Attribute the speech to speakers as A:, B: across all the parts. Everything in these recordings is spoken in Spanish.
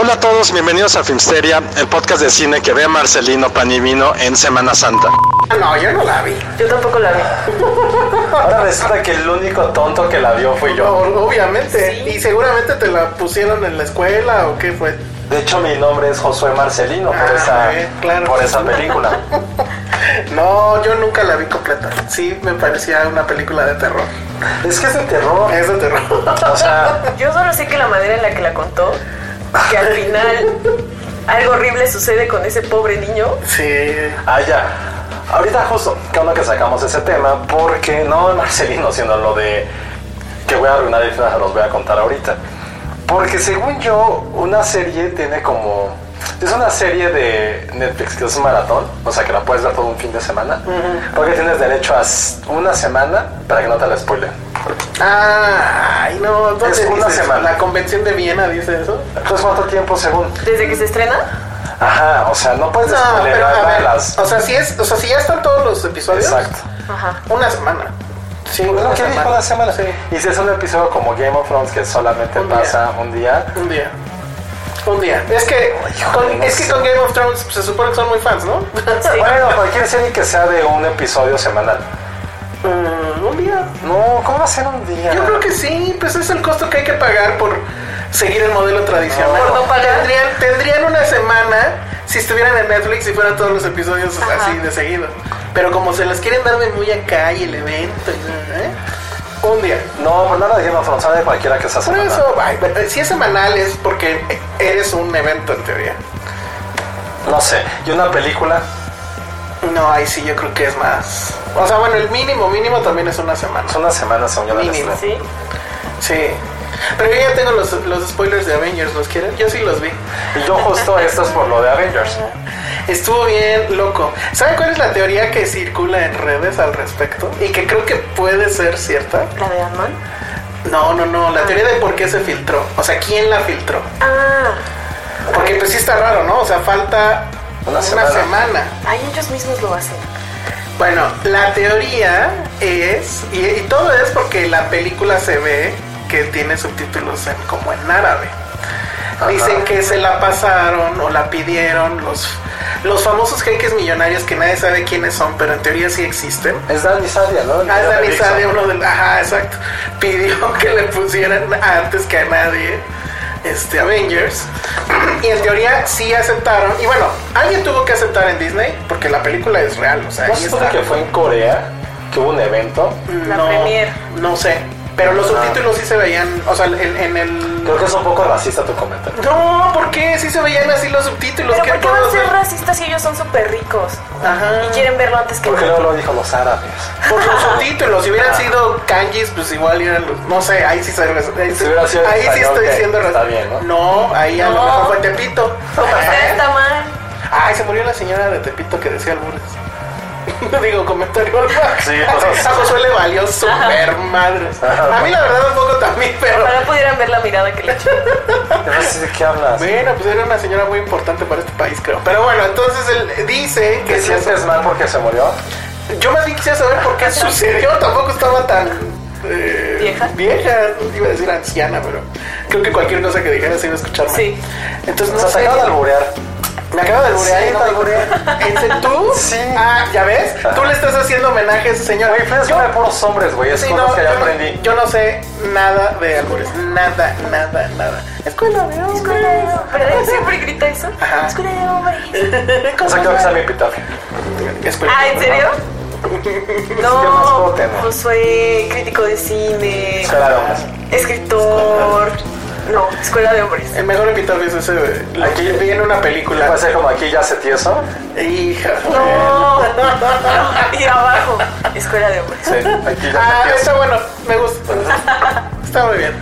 A: Hola a todos, bienvenidos a Filmsteria, el podcast de cine que ve Marcelino Panivino en Semana Santa.
B: Ah, No, yo no la vi.
C: Yo tampoco la vi.
A: Ahora resulta que el único tonto que la vio fui yo.
B: obviamente. Y seguramente te la pusieron en la escuela o qué fue.
A: De hecho, mi nombre es Josué Marcelino por,
B: Ah,
A: esa,
B: eh, claro.
A: por esa película.
B: No, yo nunca la vi completa. Sí, me parecía una película de terror.
A: Es que es de terror.
B: Es de terror.
A: O sea,
C: Yo solo sé que la manera en la que la contó, que al final algo horrible sucede con ese pobre niño.
B: Sí.
A: ah, ya. Ahorita justo, qué onda que sacamos ese tema, porque no Marcelino, sino lo de que voy a arruinar y se los voy a contar ahorita. Porque según yo, una serie tiene como... Es una serie de Netflix que es un maratón, o sea que la puedes ver todo un fin de semana, porque tienes derecho a s- una semana para que no te la spoilen.
B: Ah, ay, no. ¿dónde
A: Es una
B: dice eso?
A: semana.
B: La convención de Viena dice eso.
A: Entonces, ¿cuánto tiempo según?
C: Desde que se estrena,
A: Ajá, o sea, no puedes
B: No, pero
A: spoilear
B: a
A: nada de
B: ver,
A: las...
B: O sea, si es, o sea, si ya están todos los episodios.
A: Exacto.
B: Una semana. Sí,
A: Pues lo
B: una
A: que dijo
B: semana.
A: la semana.
B: Sí.
A: Y si es un episodio como Game of Thrones que solamente
B: Un día.
A: pasa un día.
B: Un día. Un día. Es que,
A: Híjole,
B: con,
A: no
B: es que
A: sé.
B: con Game of Thrones pues, se supone que son muy fans, ¿no?
A: Bueno, cualquier serie que sea de un episodio semanal.
B: Mm, un día.
A: No, ¿cómo va a ser un día?
B: Yo creo que sí, pues es el costo que hay que pagar por seguir el modelo tradicional.
C: Por no pagar.
B: Tendrían, tendrían una semana si estuvieran en Netflix y fueran todos los episodios así de seguido. Pero como se las quieren dar de muy acá y el evento, y- ¿eh? un día.
A: No, pues nada de Game of Thrones, nada de cualquiera que sea
B: Por
A: semanal.
B: eso, ay, pero eh, si es semanal es porque eres un evento en teoría.
A: No sé. Y una película.
B: No, ahí sí yo creo que es más. O sea, bueno, el mínimo, mínimo también es una semana.
A: Es pues una semana, según yo la
B: Mínimo.
A: lista.
C: ¿sí?
B: Sí. Pero yo ya tengo los, los spoilers de Avengers, ¿los quieren? Yo sí los vi.
A: Y yo justo esto es por lo de Avengers.
B: Estuvo bien loco. ¿Saben cuál es la teoría que circula en redes al respecto? Y que creo que puede ser cierta.
C: La de Ant-Man.
B: No, no, no. La teoría de por qué se filtró. O sea, ¿quién la filtró?
C: Ah,
B: Porque pues sí está raro, ¿no? O sea, falta
A: Una
B: una,
A: semana.
B: semana.
C: ahí ellos mismos lo hacen.
B: Bueno, la teoría es... Y, y todo es porque la película se ve que tiene subtítulos en- como en árabe. Dicen que se la pasaron o la pidieron los, los famosos jeques millonarios que nadie sabe quiénes son, pero en teoría sí existen.
A: Es Danny Sadia, ¿no? El
B: Ah,
A: video
B: es
A: de
B: Dani
A: Dixon.
B: Sade, uno del. Ajá, exacto. Pidió que le pusieran antes que a nadie este, Avengers. Y en teoría sí aceptaron. Y bueno, alguien tuvo que aceptar en Disney porque la película es real. O sea,
A: ¿No
B: ahí
A: se supone
B: está.
A: que fue en Corea? Que hubo un evento.
C: La
B: no,
C: premier. Ah.
B: No sé. Pero los subtítulos sí se veían. O sea, en, en el.
A: Creo que es un poco racista tu comentario.
B: No, ¿por qué? Sí se veían así los subtítulos.
C: Pero
B: ¿qué
C: ¿por qué van a
B: puedo
C: ser
B: hacer?
C: racistas si ellos son súper ricos?
B: Ajá.
C: Y quieren verlo antes que
A: Ah. Porque luego
C: nosotros.
A: lo dijo los árabes.
B: Por los subtítulos, si hubieran sido kanjis, pues igual eran los. No sé, ahí sí soy racista. Ahí, sí-
A: Si hubiera sido
B: ahí sí
A: español,
B: estoy
A: que
B: siendo
A: está
B: racista.
A: bien, ¿no?
B: ahí a lo
C: No. Pues
B: mejor fue Tepito.
C: Está mal.
B: Ay, se murió la señora de Tepito que decía algunas. Digo, comentario al mar.
A: Sí, pues-
B: A Josué le valió super madres. A mí la verdad un poco también, pero.
C: Ojalá pudieran ver la mirada que le echó.
A: No sé de qué hablas.
B: Bueno, pues era una señora muy importante para este país, creo. Pero bueno, entonces él dice que
A: ¿Te
B: es eso.
A: sientes mal porque se murió?
B: Yo más bien quisiera saber por qué sucedió. Tampoco estaba tan. eh,
C: ¿Vieja?
B: Vieja, iba a decir anciana, pero creo que cualquier cosa que dijera se iba a escuchar mal.
C: Sí.
B: Entonces,
A: O
B: no
A: sea, se
B: sé.
A: acaba de alburear.
B: Me acabo de alburear
A: Sí,
B: y no
A: te
B: me-
A: albureé.
B: ¿En serio, tú?
A: Sí.
B: Ah, ¿ya ves? Tú le estás haciendo homenaje a ese señor.
A: Güey, fue
B: Yo-
A: de puros hombres, güey. Es
B: Sí,
A: cosas
B: no,
A: que ya
B: yo,
A: aprendí.
B: no, yo no sé nada de albures. Nada, nada, nada. Escuela de
C: Escuela
B: hombres.
C: de hombre. ¿Verdad que siempre grita eso?
B: Ajá.
C: Escuela de hombre.
A: O sea, creo que sea mi epitafio.
B: Escuela
C: Ah, ¿en serio?
A: ¿Qué más puedo
C: No,
A: tener?
C: Josué, crítico de cine,
A: Escuela de hombres.
C: escritor. No, escuela de hombres.
B: El mejor epitafio es ese de...
A: Aquí-
B: Aquí vi en una película.
A: Puede ser como aquí ya se tieso.
B: Hija.
C: No. Y abajo, escuela de hombres.
A: Sí, aquí ya
B: Ah,
A: se tieso.
B: está bueno. Me gusta. Está muy bien.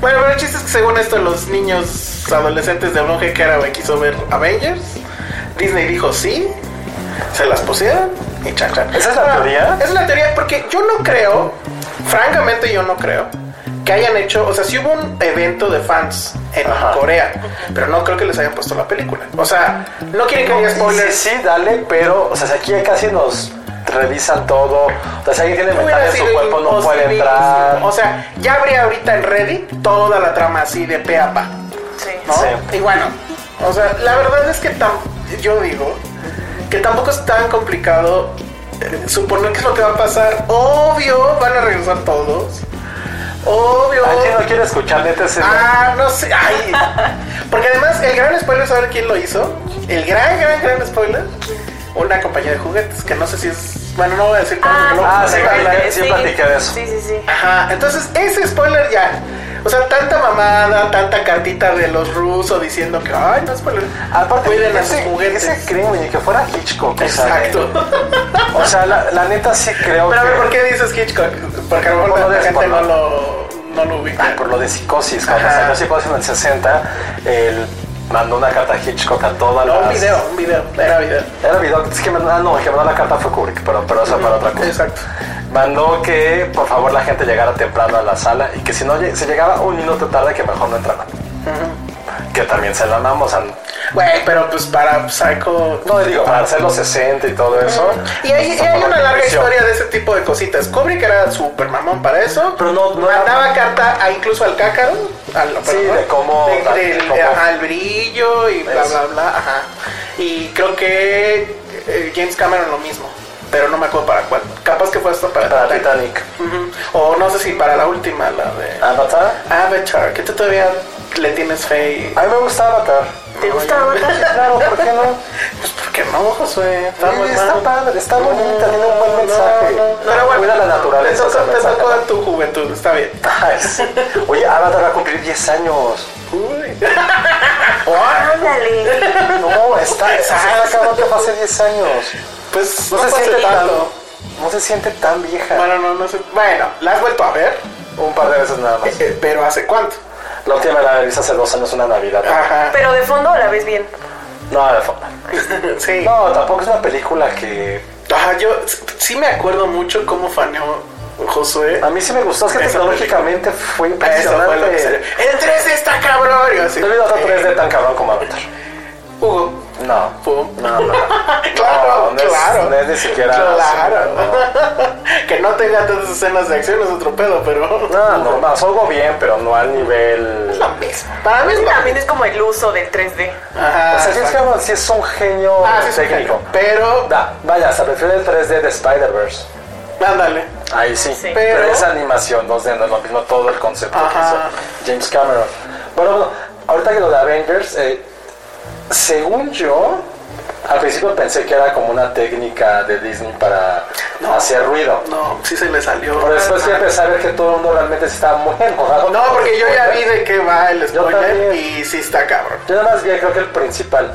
B: Bueno, pero el chiste es que según esto los niños adolescentes de Monje Carabe quiso ver Avengers. Disney dijo sí. Se las pusieron y chan chan.
A: ¿Esa es la
B: Ahora,
A: teoría?
B: Es la teoría porque yo no creo, francamente yo no creo, que hayan hecho, o sea, si hubo un evento de fans en
A: Ajá.
B: Corea, pero no creo que les hayan puesto la película. O sea, no quieren que haya
A: Sí,
B: spoilers.
A: sí, dale, pero, o sea, si aquí casi nos revisan todo. O sea, si alguien tiene metal en su cuerpo, no puede
B: imposibilísimo.
A: entrar.
B: O sea, ya habría ahorita en Reddit toda la trama así de pe a pa,
C: Sí.
B: ¿no?
A: Sí.
B: Y bueno, o sea, la verdad es que tam- yo digo que tampoco es tan complicado eh, suponer qué es lo que va a pasar. Obvio, van a regresar todos. Obvio.
A: Alguien no quiere escuchar, neta, ese.
B: Ah, no sé. Ay. Porque además, el gran spoiler, ¿saben quién lo hizo? El gran, gran, gran spoiler. Una compañía de juguetes, que no sé si es. Bueno, no voy a decir cómo. pero luego
A: ah,
B: se
A: sí,
B: va a hablar.
A: sí, platiqué de eso.
C: Sí, sí, sí.
B: Ajá, entonces ese spoiler ya. O sea, tanta mamada, tanta cartita de los rusos diciendo que, ay, no spoiler. Ah,
A: Aparte,
B: cuiden a sus
A: ese,
B: juguetes.
A: ese crimen, ni que fuera Hitchcock. o sea,
B: Exacto.
A: O sea, la, la neta sí creo
B: Pero a
A: que.
B: ver, ¿por qué dices Hitchcock? Porque a lo mejor
A: Por lo
B: la gente no
A: descolor.
B: lo, no lo
A: Ah,
B: ubica.
A: por lo de psicosis, cuando
B: Ajá.
A: salió psicosis en el 60, él mandó una carta a Hitchcock a todas
B: No, un
A: las.
B: video, un video, era video.
A: Era video, es que mandó, ah, no, el que mandó la carta fue Kubrick, pero, pero eso para otra cosa.
B: Exacto.
A: Mandó que por favor la gente llegara temprano a la sala y que si no lle- si llegaba un minuto tarde que mejor no entraran. Que también se la mamamos. O sea,
B: Güey, pero pues para Psycho.
A: no digo, para hacer los 60 y todo eso. pues,
B: Y hay, y
A: Tampoco
B: hay una larga
A: creció.
B: historia de ese tipo de cositas. Kubrick era super mamón para eso.
A: Pero no- no era-
B: mandaba carta a incluso al cácaro. Al, perdón,
A: de cómo-
B: de- del-
A: cómo-
B: ajá, el brillo y bla,
A: Eso.
B: bla, bla. Ajá. Y creo que eh, James Cameron lo mismo. Pero no me acuerdo para cuál. Capaz que fue hasta para,
A: Para Titanic.
B: Ujú. O no sé si para la última, la de
A: Avatar.
B: Avatar. Que tú todavía le tienes fe y.
A: A mí me gusta Avatar.
C: ¿Te gusta Avatar?
A: Claro, ¿por qué no?
B: Pues porque no, Josué. Está, muy
A: está
B: mal.
A: padre, está bonita, tiene un buen
B: No,
A: mensaje.
B: no, no, pero bueno,
A: Cuida la
B: Te
A: naturaleza.
B: tocó-
A: ese
B: te
A: mensaje.
B: tocó en tu juventud, está bien.
A: Ay, sí. Oye, Avatar va a cumplir 10 años.
C: Ándale.
A: No, está, está cabrón que pase 10 años.
B: Pues
A: No, se
B: pasa
A: siente tan,
B: tanto.
A: no se siente tan vieja.
B: Bueno, no, no sé. Bueno, la has vuelto a ver,
A: un par de veces nada más.
B: eh, pero ¿hace cuánto?
A: La última la vi hace dos años, una Navidad.
B: Ajá.
C: Pero de fondo la ves bien.
A: No, de fondo.
B: Sí.
A: No, tampoco es una película que.
B: Ajá, yo s- sí me acuerdo mucho cómo faneó Josué.
A: A mí sí me gustó, es que
B: Esa
A: tecnológicamente fue
B: Eso fue lo que salió.
A: impresionante.
B: El 3D está cabrón. Yo así,
A: No he visto otro
B: eh,
A: 3D tan cabrón como Avatar.
B: Hugo.
A: No.
B: Pum.
A: No, no.
B: Claro,
A: No, no es-
B: claro.
A: no es ni siquiera
B: Claro.
A: así,
B: que no tenga tantas escenas de acción es otro pedo, pero.
A: No, no, no, salgo bien, pero no al nivel.
B: Es lo mismo. Para mí es
C: Ese
B: lo
C: también
B: mismo.
C: es como el uso del 3D.
B: Ajá.
A: O sea, James
B: Ah, exacto.
A: Cameron sí es un genio
B: Ah, sí, es un
A: técnico.
B: genio, Pero.
A: Da, vaya, se prefiere el 3D de Spider-Verse.
B: Ándale.
A: Ahí sí.
C: Sí.
A: Pero,
B: Pero-
A: es animación, 2D, no es lo mismo todo el concepto
B: Ajá.
A: que hizo James Cameron. Bueno, bueno, ahorita que lo de Avengers, eh, según yo, al principio pensé que era como una técnica de Disney para
B: No.
A: hacer ruido.
B: No, sí se le salió.
A: Pero después sí empecé a ver que todo el mundo realmente estaba muy enojado.
B: No, porque yo ya vi de qué va el spoiler
A: también.
B: y sí está cabrón.
A: Yo nada más vi, creo que el principal,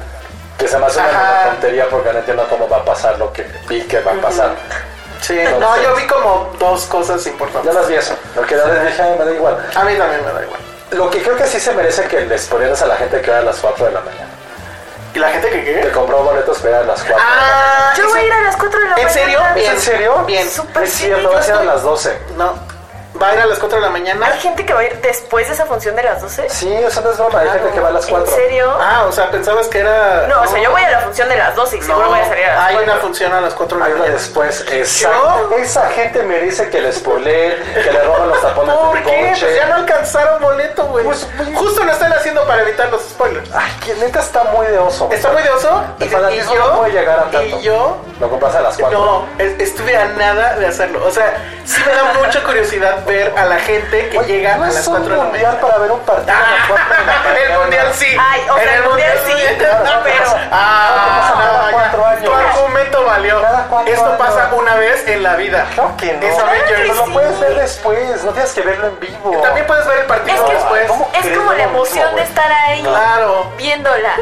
A: que se me hace
B: Ajá.
A: una tontería porque no entiendo cómo va a pasar lo que vi que va a pasar.
B: Sí. No, yo vi como dos cosas importantes.
A: Nada más vi eso, lo que ya les dije, "Ay, me da igual.
B: A mí también me da igual.
A: Lo que creo que sí se merece que les ponieras a la gente que era a las 4 de la mañana.
B: ¿Y la gente que
A: Que
B: qué?
A: compró boletos que era a las 4.
B: Ah,
C: Yo voy a ir a las 4 de
B: ¿En
C: la mañana.
B: serio?
A: ¿Es
B: Bien.
A: en serio?
B: Bien.
C: Súper
A: Es cierto, va a ser a
C: cínico.
A: las 12.
B: No. va a ir a las 4 de la mañana.
C: ¿Hay gente que va a ir después de esa función de las 12?
A: Sí, o sea, no es broma, hay gente que va a las 4.
C: ¿En serio?
B: Ah, o sea, pensabas que era.
C: No, o sea, yo voy a la función de las 12 y seguro
B: No,
C: voy a salir a las
B: Hay una
C: cuatro.
B: función a las 4 de la
A: Hay una
B: mañana.
A: después, exacto.
B: ¿Yo?
A: Esa gente me dice que les spoilé, que le roban los tapones
B: ¿Por
A: del
B: qué?
A: coche.
B: Pues ya no alcanzaron boleto, güey.
A: Pues, pues-
B: Justo lo están haciendo para evitar los spoilers.
C: Ah,
A: Ay, que neta está muy de oso.
B: Está muy de oso y,
A: El
B: y
A: fanatismo
B: yo.
A: no puede llegar a tanto.
B: y yo.
A: Lo compras a las 4.
B: No, es- estuve a nada de hacerlo. O sea, sí me da mucha curiosidad ver a la gente que
A: Oye,
B: llega
A: no
B: a
A: es
B: las
A: un
B: 4 de la
A: mundial
B: mañana. Ah,
A: para ver un partido a las 4 de la mañana.
B: En el mundial sí.
C: Ay, o sea,
B: En
C: el mundial sí,
B: No,
C: pero-
B: Ah,
A: Cada
B: no, ya.
A: cuatro años.
B: Tu argumento valió.
A: Cada cuatro
B: Esto
A: años.
B: pasa una vez en la vida.
A: Claro que no.
B: Es Avengers.
A: Pero
C: Ay,
A: lo
C: sí.
A: puedes ver después, no tienes que verlo en vivo.
B: También puedes ver el partido
C: Es que
B: después.
A: ¿cómo?
C: es como la emoción de estar ahí
B: Claro.
C: viéndola.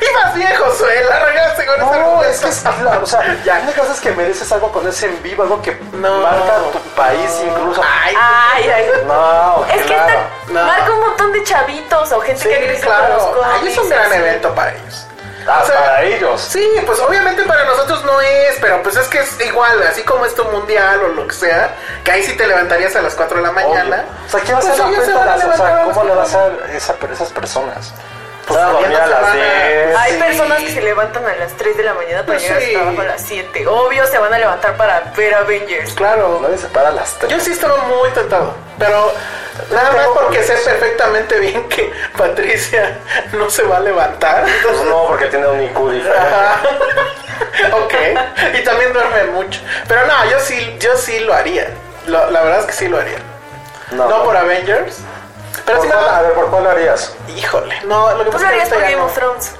B: Ibas viejo, Josué, la regaste con ese
A: No,
B: argumento.
A: es que es claro, o sea, la
B: Ya.
A: única cosa es que mereces algo con ese en vivo, algo que
B: No.
A: marca tu país incluso.
B: Ay,
C: Ay, ay.
A: No,
C: Es que
A: claro.
C: esta-
B: no.
C: marca un montón de chavitos o gente
B: sí,
C: que crece con los
B: claro.
C: cómics,
B: Ay, es un gran
C: así.
B: evento para ellos.
A: Ah,
B: O sea,
A: para ellos.
B: Sí, pues obviamente para nosotros no es, pero pues es que es igual, así como es tu mundial o lo que sea, que ahí sí te levantarías a las 4 de la
A: Obvio.
B: mañana.
A: O sea, ¿qué va a
B: Pues
A: hacer la
B: ellos se
A: cuenta?
B: van a
A: las- o
B: levantar
A: sea,
B: a las
A: ¿cómo le va a
B: 4 de la
A: hacer esa, esas personas? Pues a
B: Pues,
A: dormir a
B: saliendo
A: las
B: se van a-
A: 10.
C: Hay
B: Sí.
C: personas que se levantan a las 3 de la mañana para
B: Pues
C: llegar
B: sí.
C: hasta abajo a las 7. Obvio, se van a levantar para ver Avengers.
B: Claro.
A: Nadie se para a las 3.
B: Yo sí estaba muy tentado, pero nada más
A: tengo
B: porque sé
A: compromiso.
B: perfectamente bien que Patricia no se va a levantar. Entonces,
A: Pues No, porque tiene un IQ diferente.
B: Ajá. ok. Y también duerme mucho. Pero no, yo sí, yo sí lo haría. Lo- la verdad es que sí lo haría. No, por Avengers. Pero sí
A: ¿Por
B: me
A: cuál-
B: da-
A: a ver, ¿por cuál lo harías?
B: Híjole. No, lo que
C: Tú
B: pasa
C: lo
B: es que
C: harías Pues
B: ahorita
C: por
B: ya
C: Game
B: no.
C: of Thrones.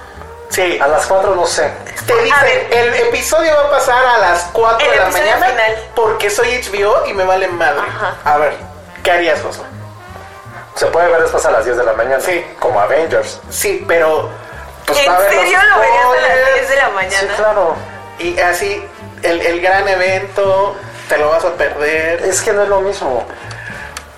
B: Sí.
A: A las 4 no sé.
B: Te
C: A
B: dicen,
C: ver.
B: el episodio va a pasar a las 4
C: El
B: de la
C: episodio
B: mañana
C: final.
B: porque soy HBO y me vale madre.
C: Ajá.
B: A ver, ¿qué harías, Josué?
A: Se puede ver después a las 10 de la mañana.
B: Sí.
A: Como Avengers.
B: Sí, pero pues
C: ¿En
B: va a haber los
C: serio lo verías a las
B: spoilers.
C: 10 de la
A: Sí,
C: mañana?
A: claro.
B: Y así, el, el gran evento, te lo vas a perder.
A: Es que no es lo mismo.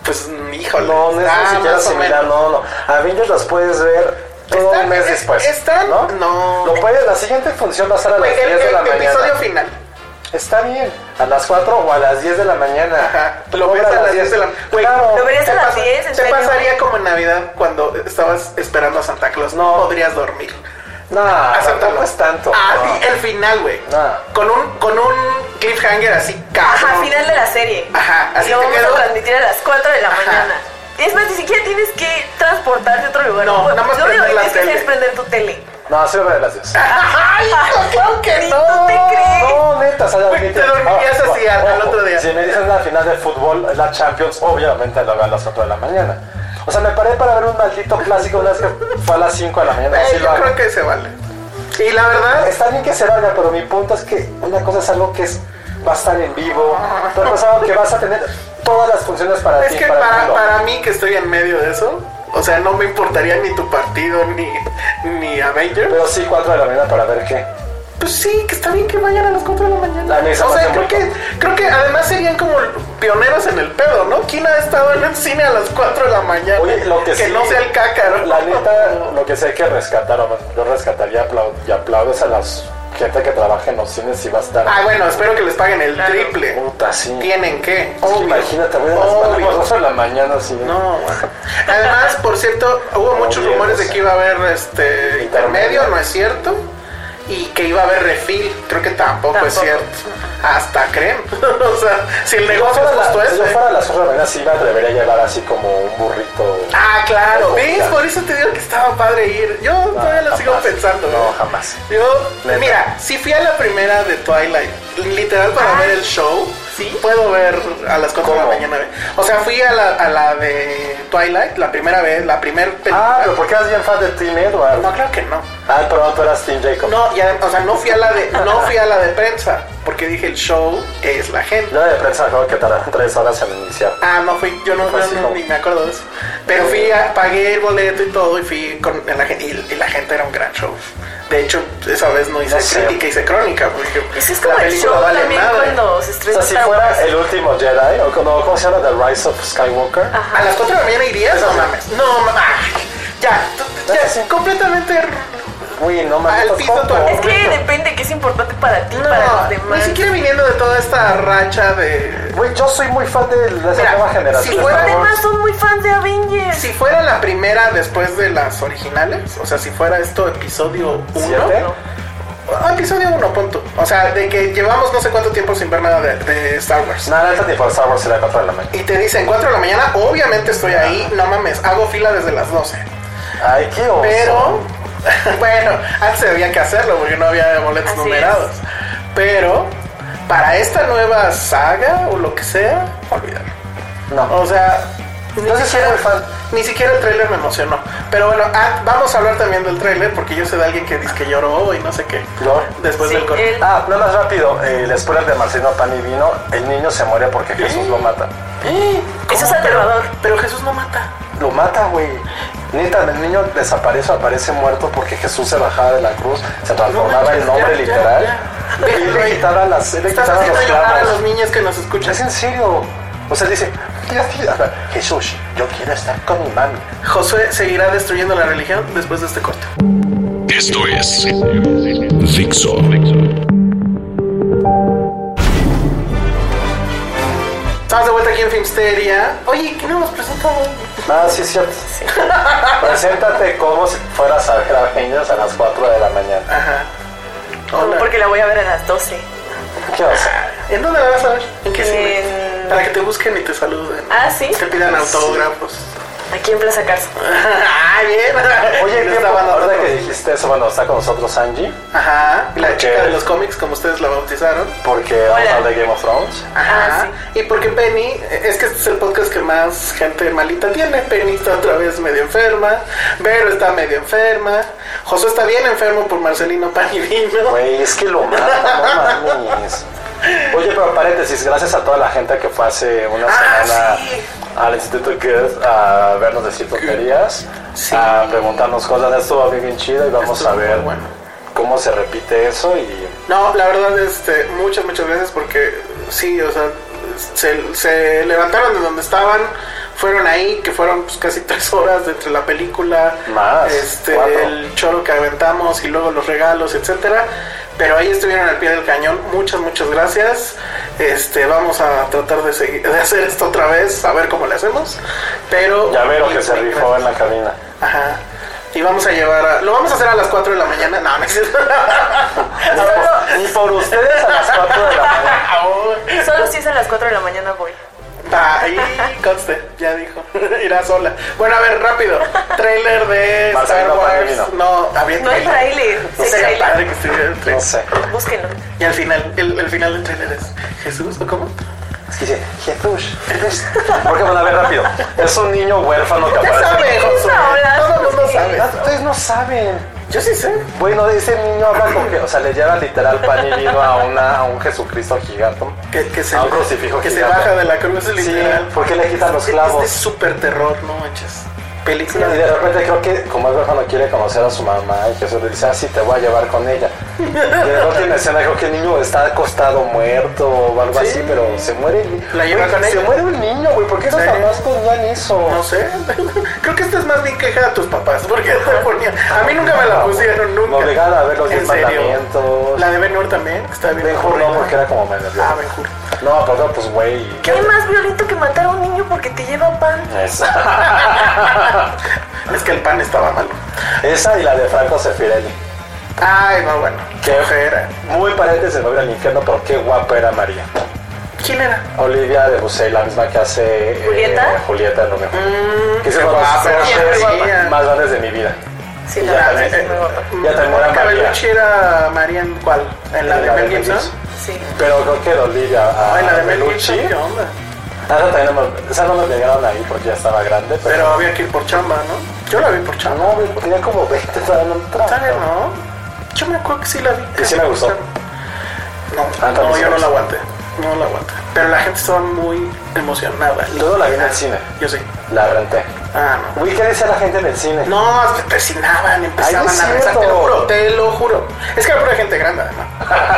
B: Pues, híjole.
A: No, no es
B: está
A: ni siquiera
B: más o
A: similar.
B: menos.
A: No, no. Avengers las puedes ver todo
B: Están-
A: un mes
B: es-
A: después.
B: están-
A: ¿No?
B: no.
A: Lo puedes, la siguiente función va a ser a las
B: Güey,
A: 10
B: El,
A: de
B: el
A: la mañana.
B: episodio final.
A: Está bien, a las 4 o a las 10 de la mañana.
B: Ajá. Lo ves a las 10 de la Güey,
A: Claro.
C: Lo verías a
B: te
C: las
B: pasa-
C: 10, ¿en
B: Te
C: serio?
B: pasaría como en Navidad cuando estabas esperando a Santa Claus. No podrías dormir.
A: No,
B: Acéptalo.
A: tampoco es tanto.
B: Ah,
A: no.
B: sí, el final, güey.
A: Ah.
B: Con un con un cliffhanger así cabrón.
C: Ajá, final de la serie.
B: Ajá, así
C: Y lo
B: te
C: vamos
B: quedo.
C: a transmitir a las 4 de la
B: Ajá.
C: mañana. Es más, ni siquiera tienes que transportarte a otro lugar.
B: No,
C: Bueno,
B: nada más
C: lo único que
B: prender la
C: tienes que hacer
B: tele.
C: es prender tu tele.
A: No, sí, a
B: Ah,
A: las 10.
B: Ay, no, claro que
C: Ni
B: no.
C: tú te crees.
A: No, neta, o sea, ah, la
B: Güey,
A: neta.
B: te dormirías así al- al otro día.
A: Si me dicen la final de fútbol, es la Champions, obviamente la veo a las 4 de la mañana. O sea, me paré para ver un maldito clásico una vez que fue a las 5 de la mañana.
B: Eh,
A: sí lo
B: yo
A: hago.
B: creo que se vale. Y la verdad,
A: Está bien que se valga, pero mi punto es que una cosa es algo que es, va a estar en vivo, otra cosa es algo que vas a tener todas las funciones para
B: Es
A: ti.
B: que
A: para, el
B: para,
A: mundo.
B: para mí que estoy en medio de eso, o sea, no me importaría ni tu partido ni, ni Avengers.
A: Pero sí, 4 de la mañana para ver qué.
B: Pues sí, que está bien que vayan a las 4 de la mañana.
A: A mí se me
B: o sea,
A: hace muy
B: creo que, creo que además serían como pioneros en el pedo, ¿no? ¿Quién ha estado en el cine a las 4 de la mañana?
A: Oye, lo que, sí,
B: no sea el cácaro.
A: La neta, lo que sé que rescatar, o menos, yo rescataría aplau- y aplaudes a la gente que trabaja en los cines y va a estar.
B: Ah, bueno, espero que les paguen el triple.
A: Puta, sí.
B: Tienen que.
A: Es que imagínate, voy a las
B: Obvio.
A: manos, dos de la mañana así.
B: No. Además, por cierto, hubo muchos
A: bien,
B: rumores
A: o sea.
B: de que iba a haber este intermedio, no es cierto. Y que iba a haber refil, creo que tampoco, es
C: Tampoco.
B: cierto. Hasta creen. o sea, si el
A: Si yo
B: negocio
A: fuera,
B: es
A: la-
B: justo ¿eh?
A: si yo
B: ese.
A: fuera a las 4 de la mañana, sí me atrevería a llevar así como un burrito.
B: Ah, claro. ¿Ves?
A: Claro.
B: Por eso te digo que estaba padre ir. Yo todavía lo
A: jamás.
B: sigo pensando. ¿eh?
A: No, jamás.
B: Yo,
A: Neta.
B: mira, si fui a la primera de Twilight, literal para
C: Ah.
B: ver el show,
C: ¿Sí?
B: puedo ver a las 4 de la
A: ¿Cómo?
B: mañana. O sea, fui a la, a la de Twilight, la primera vez, la primera película.
A: Ah, pero porque eras bien fan de Tim Edward.
B: No, claro que no.
A: Ah, pero tú eras Tim Jacob.
B: No, y adem- o sea, no fui a la de, no fui a la de prensa, porque dije el show es la gente.
A: Yo de prensa me acuerdo que tardaron 3 horas en iniciar.
B: Ah, no fui, yo no,
A: Pues
B: no-
A: sí,
B: no,
A: como-
B: ni me acuerdo de eso. Pero fui, a- pagué el boleto y todo y fui con la gente y, y la gente era un gran show. De hecho, esa vez no hice
A: No sé.
B: crítica, hice crónica porque
C: Eso Pues es como
B: la
C: el
B: película
C: show
B: vale
C: también
B: madre.
C: cuando se
A: O
C: estrena
A: sea, si
C: Star Wars.
A: fuera el último Jedi, o no, ¿cómo se llama? The Rise of Skywalker.
B: A las 4 de la mañana irías, no mames. No mames. Ya, tú- ya,
A: Sí.
B: completamente
A: Uy, no mames.
B: Al
A: estás
B: piso
A: tonto.
B: tu-
C: Es que depende que es importante para ti, para los
B: No,
C: demás.
B: ni siquiera viniendo de toda esta racha de
A: Güey, yo soy muy fan de la esa
B: Mira,
A: nueva generación.
B: si
A: de
B: fuera
A: Star Wars.
C: Además, son muy fans de Avengers.
B: Si fuera la primera después de las originales, o sea, si fuera esto episodio 1,
A: ¿Siete?
B: episodio 1, punto. O sea, de que llevamos no sé cuánto tiempo sin ver nada de, de Star Wars.
A: Nada, este tipo de Star Wars sería 4 de la mañana.
B: Y te dicen 4 de la mañana, obviamente estoy ahí, no mames, hago fila desde las 12.
A: Ay, qué oso.
B: Pero, bueno, antes había que hacerlo porque no había boletos
C: Así
B: numerados. Pero, para esta nueva saga o lo que sea, olvídalo.
A: No.
B: O sea, ni,
A: No sé si
B: siquiera,
A: era el fan.
B: ni siquiera el tráiler me emocionó. Pero bueno, ah, vamos a hablar también del tráiler porque yo sé de alguien que dice que lloró y no sé qué.
A: ¿Lloró?
B: Después
C: Sí,
B: del corte.
C: él-
A: Ah, nada más rápido. eh, El spoiler de Marcino Pani vino. El niño se muere porque Jesús lo mata.
C: Eso es
B: ¿Cómo?
C: aterrador.
B: Pero, pero Jesús no mata.
A: Lo mata, güey. Neta, el niño desaparece, aparece muerto porque Jesús se bajaba de la cruz, se transformaba en hombre
B: Ya, ya,
A: literal.
B: ya.
A: Y le quitaba las, le
B: Estás
A: quitaba
B: haciendo
A: los
B: llorar a
A: clavos.
B: los niños que nos escuchan.
A: Es en serio. O sea, dice, "Tía, tía, Jesús, yo quiero estar con mi mami.
B: Josué seguirá destruyendo la religión después de este corte.
D: Esto es Dixo.
B: Estamos de vuelta aquí en Filmsteria. Oye, ¿qué no hemos presentado?
A: Ah, sí, es cierto. Preséntate como si fueras a ver Avengers a las 4 de la mañana.
B: Ajá.
C: No,
B: Hola.
C: porque la voy a ver a las 12.
A: ¿Qué vas
B: ¿En dónde la vas a ver? ¿En qué cine?
C: En-
B: Para que te busquen y te saluden.
C: Ah, ¿sí?
B: Te pidan autógrafos.
C: Aquí en Plaza Carso.
B: Ah, bien.
A: Oye,
B: No
A: ¿qué
B: estaban
A: ahora
B: otros.
A: que dijiste eso? Bueno, está con nosotros Angie,
B: Ajá, la
A: ¿Por qué?
B: chica de los cómics, como ustedes la bautizaron.
A: porque vamos
C: Hola.
A: a hablar de Game of Thrones.
B: Ajá.
C: Ah,
B: Y porque Penny, es que este es el podcast que más gente malita tiene. Penny está otra vez medio enferma. Vero está medio enferma. José está bien enfermo por Marcelino Panivino.
A: Güey, es que lo mata, no mames. Oye, pero paréntesis, gracias a toda la gente que fue hace una
B: Ah,
A: semana
B: sí.
A: al Instituto Goethe a vernos decir tonterías,
B: Sí.
A: a preguntarnos cosas. Esto bien, bien chido y vamos
B: Estuvo
A: a ver
B: muy bueno.
A: cómo se repite eso. Y
B: No, la verdad, este, muchas, muchas gracias porque sí, o sea, se, se levantaron de donde estaban, fueron ahí, que fueron pues, casi tres horas de entre la película,
A: Más,
B: este,
A: cuatro.
B: el choro que aventamos y luego los regalos, etcétera. Pero ahí estuvieron al pie del cañón. Muchas, muchas gracias. Este, vamos a tratar de, seguir, de hacer esto otra vez, a ver cómo le hacemos. Pero
A: ya vieron que se rifó en la cabina.
B: Ajá. Y vamos a llevar a... Lo vamos a hacer a las 4 de la mañana. No, no es cierto.
A: Ni por, ni por ustedes a las 4 de la mañana.
C: Solo si es a las 4 de la mañana voy.
B: Ahí conste, ya dijo. Irá sola. Bueno, a ver, rápido. Trailer de Star
A: Marcelino
B: Wars.
A: Palomino.
B: No, había
C: No hay trailer.
B: No
C: Sí,
B: sería
C: trailer.
B: padre que estuviera el trailer.
A: No sé.
C: Búsquenlo.
B: Y al final, el, el final del trailer es Jesús, ¿o cómo?
A: Es que dice, Jesús, Jesús. Porque van a ver rápido. Es un niño huérfano que
B: Ya
A: aparece.
B: sabe, Josué.
C: hablas?
B: Todo el mundo
C: Sí.
B: sabe.
A: Ah, Ustedes no saben.
B: Yo sí sé.
A: Bueno, ese niño habla porque, o sea, le lleva literal pan y vino a, una, a un Jesucristo gigante.
B: Que, que se,
A: A un crucifijo
B: que se
A: gigante.
B: baja de la cruz,
A: Sí,
B: literal.
A: porque le quitan los
B: Es de
A: clavos.
B: súper terror, no manches.
A: Y
B: Película
A: de repente creo que, como el huérfano quiere conocer a su mamá, y Jesús le dice, ah, sí, te voy a llevar con ella. Y de repente en la escena creo que el niño está acostado, muerto o algo así, pero se muere. el ni-
B: La lleva
A: Güey,
B: con
A: Se
B: ella.
A: muere un niño, güey, ¿por qué los
B: Sí.
A: papás ponían eso?
B: No sé, creo que esta es más bien queja de tus papás, porque te ponía. A mí nunca me la pusieron, nunca.
A: Me obligaron a ver los
B: En
A: diez
B: serio.
A: mandamientos.
B: La de Ben Hur también, que está bien.
A: Ben Hur no,
B: aburrida.
A: porque era como medio.
B: Ah, Ben Hur.
A: No, pero pues, güey.
C: ¿Qué hay más violento que matar a un niño porque te lleva pan?
A: Esa,
B: Es que el pan estaba malo.
A: esa y la de Franco Sefirelli.
B: Ay, no, bueno.
A: Qué
B: ojera.
A: Muy paréntesis, se va a ir al infierno, pero qué guapa era María.
B: ¿Quién era?
A: Olivia de Busey, la misma que hace eh,
C: ¿Julieta?
A: Julieta en lo mejor. que se
B: qué
A: fue
B: guapa, qué guapa.
A: más, más grandes de mi vida.
C: Sí,
A: Y
C: la
A: ya
C: verdad,
A: también-
C: sí, es muy guapa.
A: Ya también era
B: Mónica
A: María.
B: Bellucci era María en cuál? En la de Mel Gibson.
C: Sí.
A: Pero creo que de Olivia a
B: Ah, en la de Mel
A: Bellucci.
B: Gibson. ¿Qué onda?
A: Ah, esa, también no- esa no nos llegaron ahí porque ya estaba grande, pero,
B: Pero había que ir por chamba, ¿no? Yo la vi por chamba.
A: no, güey, tenía como 20, todavía no entraba.
B: ¿Sabes, no? Yo me acuerdo que sí la vi.
A: Y sí me gustó.
B: No,
A: Ah,
B: no,
A: también
B: yo
A: sí me
B: no
A: gustó.
B: la aguanté. No la aguanté. Pero la gente estaba muy emocionada.
A: Yo no la vi en el cine.
B: Yo sí.
A: La renté.
B: Ah, no.
A: Uy, ¿qué dice la gente en el cine?
B: No, se persinaban, empezaban
A: Ay, no es
B: a rezar,
A: cierto.
B: te lo juro, te lo juro. Es que era pura gente grande, además.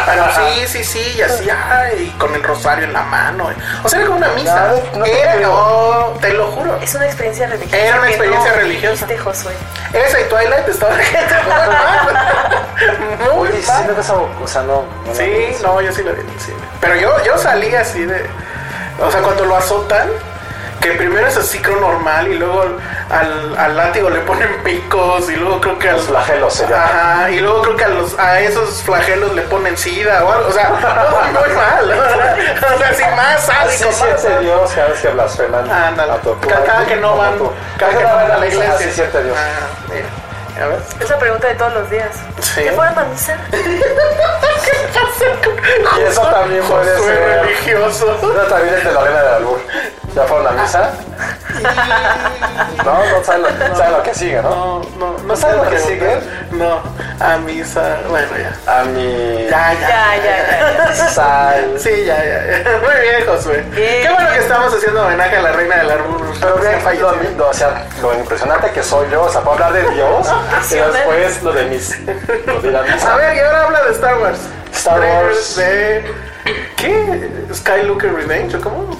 B: Pero sí, sí, sí, y así, ay, con el rosario en la mano. O sea, era como una misa.
A: No, no te
B: era,
A: creo.
B: no, te lo juro.
C: Es una experiencia religiosa.
B: Era una
C: que
B: experiencia
C: no
B: religiosa.
C: viviste, Josué.
B: Esa y Twilight estaba gente muy
A: Oye, sí,
B: padre.
A: no te sabo- o sea, no. no la vi en el
B: Sí,
A: cine.
B: no, yo sí la vi en el cine. Pero yo, yo salí así de. O sea, cuando lo azotan, que primero es el ciclo normal y luego al, al látigo le ponen picos y luego creo que a
A: Los flagelos se llaman.
B: Ajá, y luego creo que a, los, a esos flagelos le ponen sida o algo. O sea, todo muy mal. O sea, sí, más
A: Así
B: sádico, más
A: siente Dios cada vez que blasfeman
B: Ándale.
A: a tu
B: Cada, cada que no van, cada que no van a la iglesia.
A: Así siente Dios.
B: Ah, mira, ¿ya ves?
C: Es la pregunta de todos los días.
B: Sí.
C: ¿Qué fueron a misa?
A: Y eso también puede
B: Josué
A: ser.
B: religioso.
A: No, también es de la arena del albur. ¿Ya fueron a misa? No, no saben lo, saben lo que sigue, ¿no?
B: No, no, no
A: ¿No sabes
B: sé
A: lo que sigue?
B: No, a misa, bueno, ya.
A: A mi
B: Ya, ya.
C: Ya, ya, ya.
A: sal.
B: Sí, ya, ya. ya. Muy bien, Josué.
C: Bien.
B: Qué bueno que estamos haciendo homenaje a la reina del árbol.
A: Pero bien,
B: Recién fallecida.
A: lo, lo- o sea, lo impresionante que soy yo, o sea, puedo hablar de Dios y después lo de mis. Lo de la
B: A
A: misa.
B: ver, y ahora habla de Star Wars.
A: Star Wars.
B: De... ¿Qué? ¿Skywalker Revenge o cómo?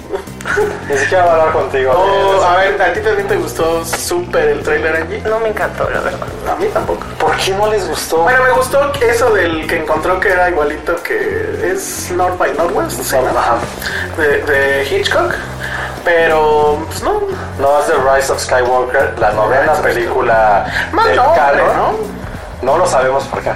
A: Ni siquiera voy a hablar contigo.
B: Oh, a ver, ¿a ti también te gustó súper el trailer allí?
C: No me encantó, la verdad.
B: A mí tampoco.
A: ¿Por qué no les gustó?
B: Bueno, me gustó que eso del que encontró que era igualito que es North by Northwest, ¿se llama?
A: Ajá.
B: De, de Hitchcock, pero pues no.
A: No es The Rise of Skywalker, la novena película
B: Mal
A: del
B: nombre,
A: canon.
B: ¿no?
A: No lo sabemos por qué.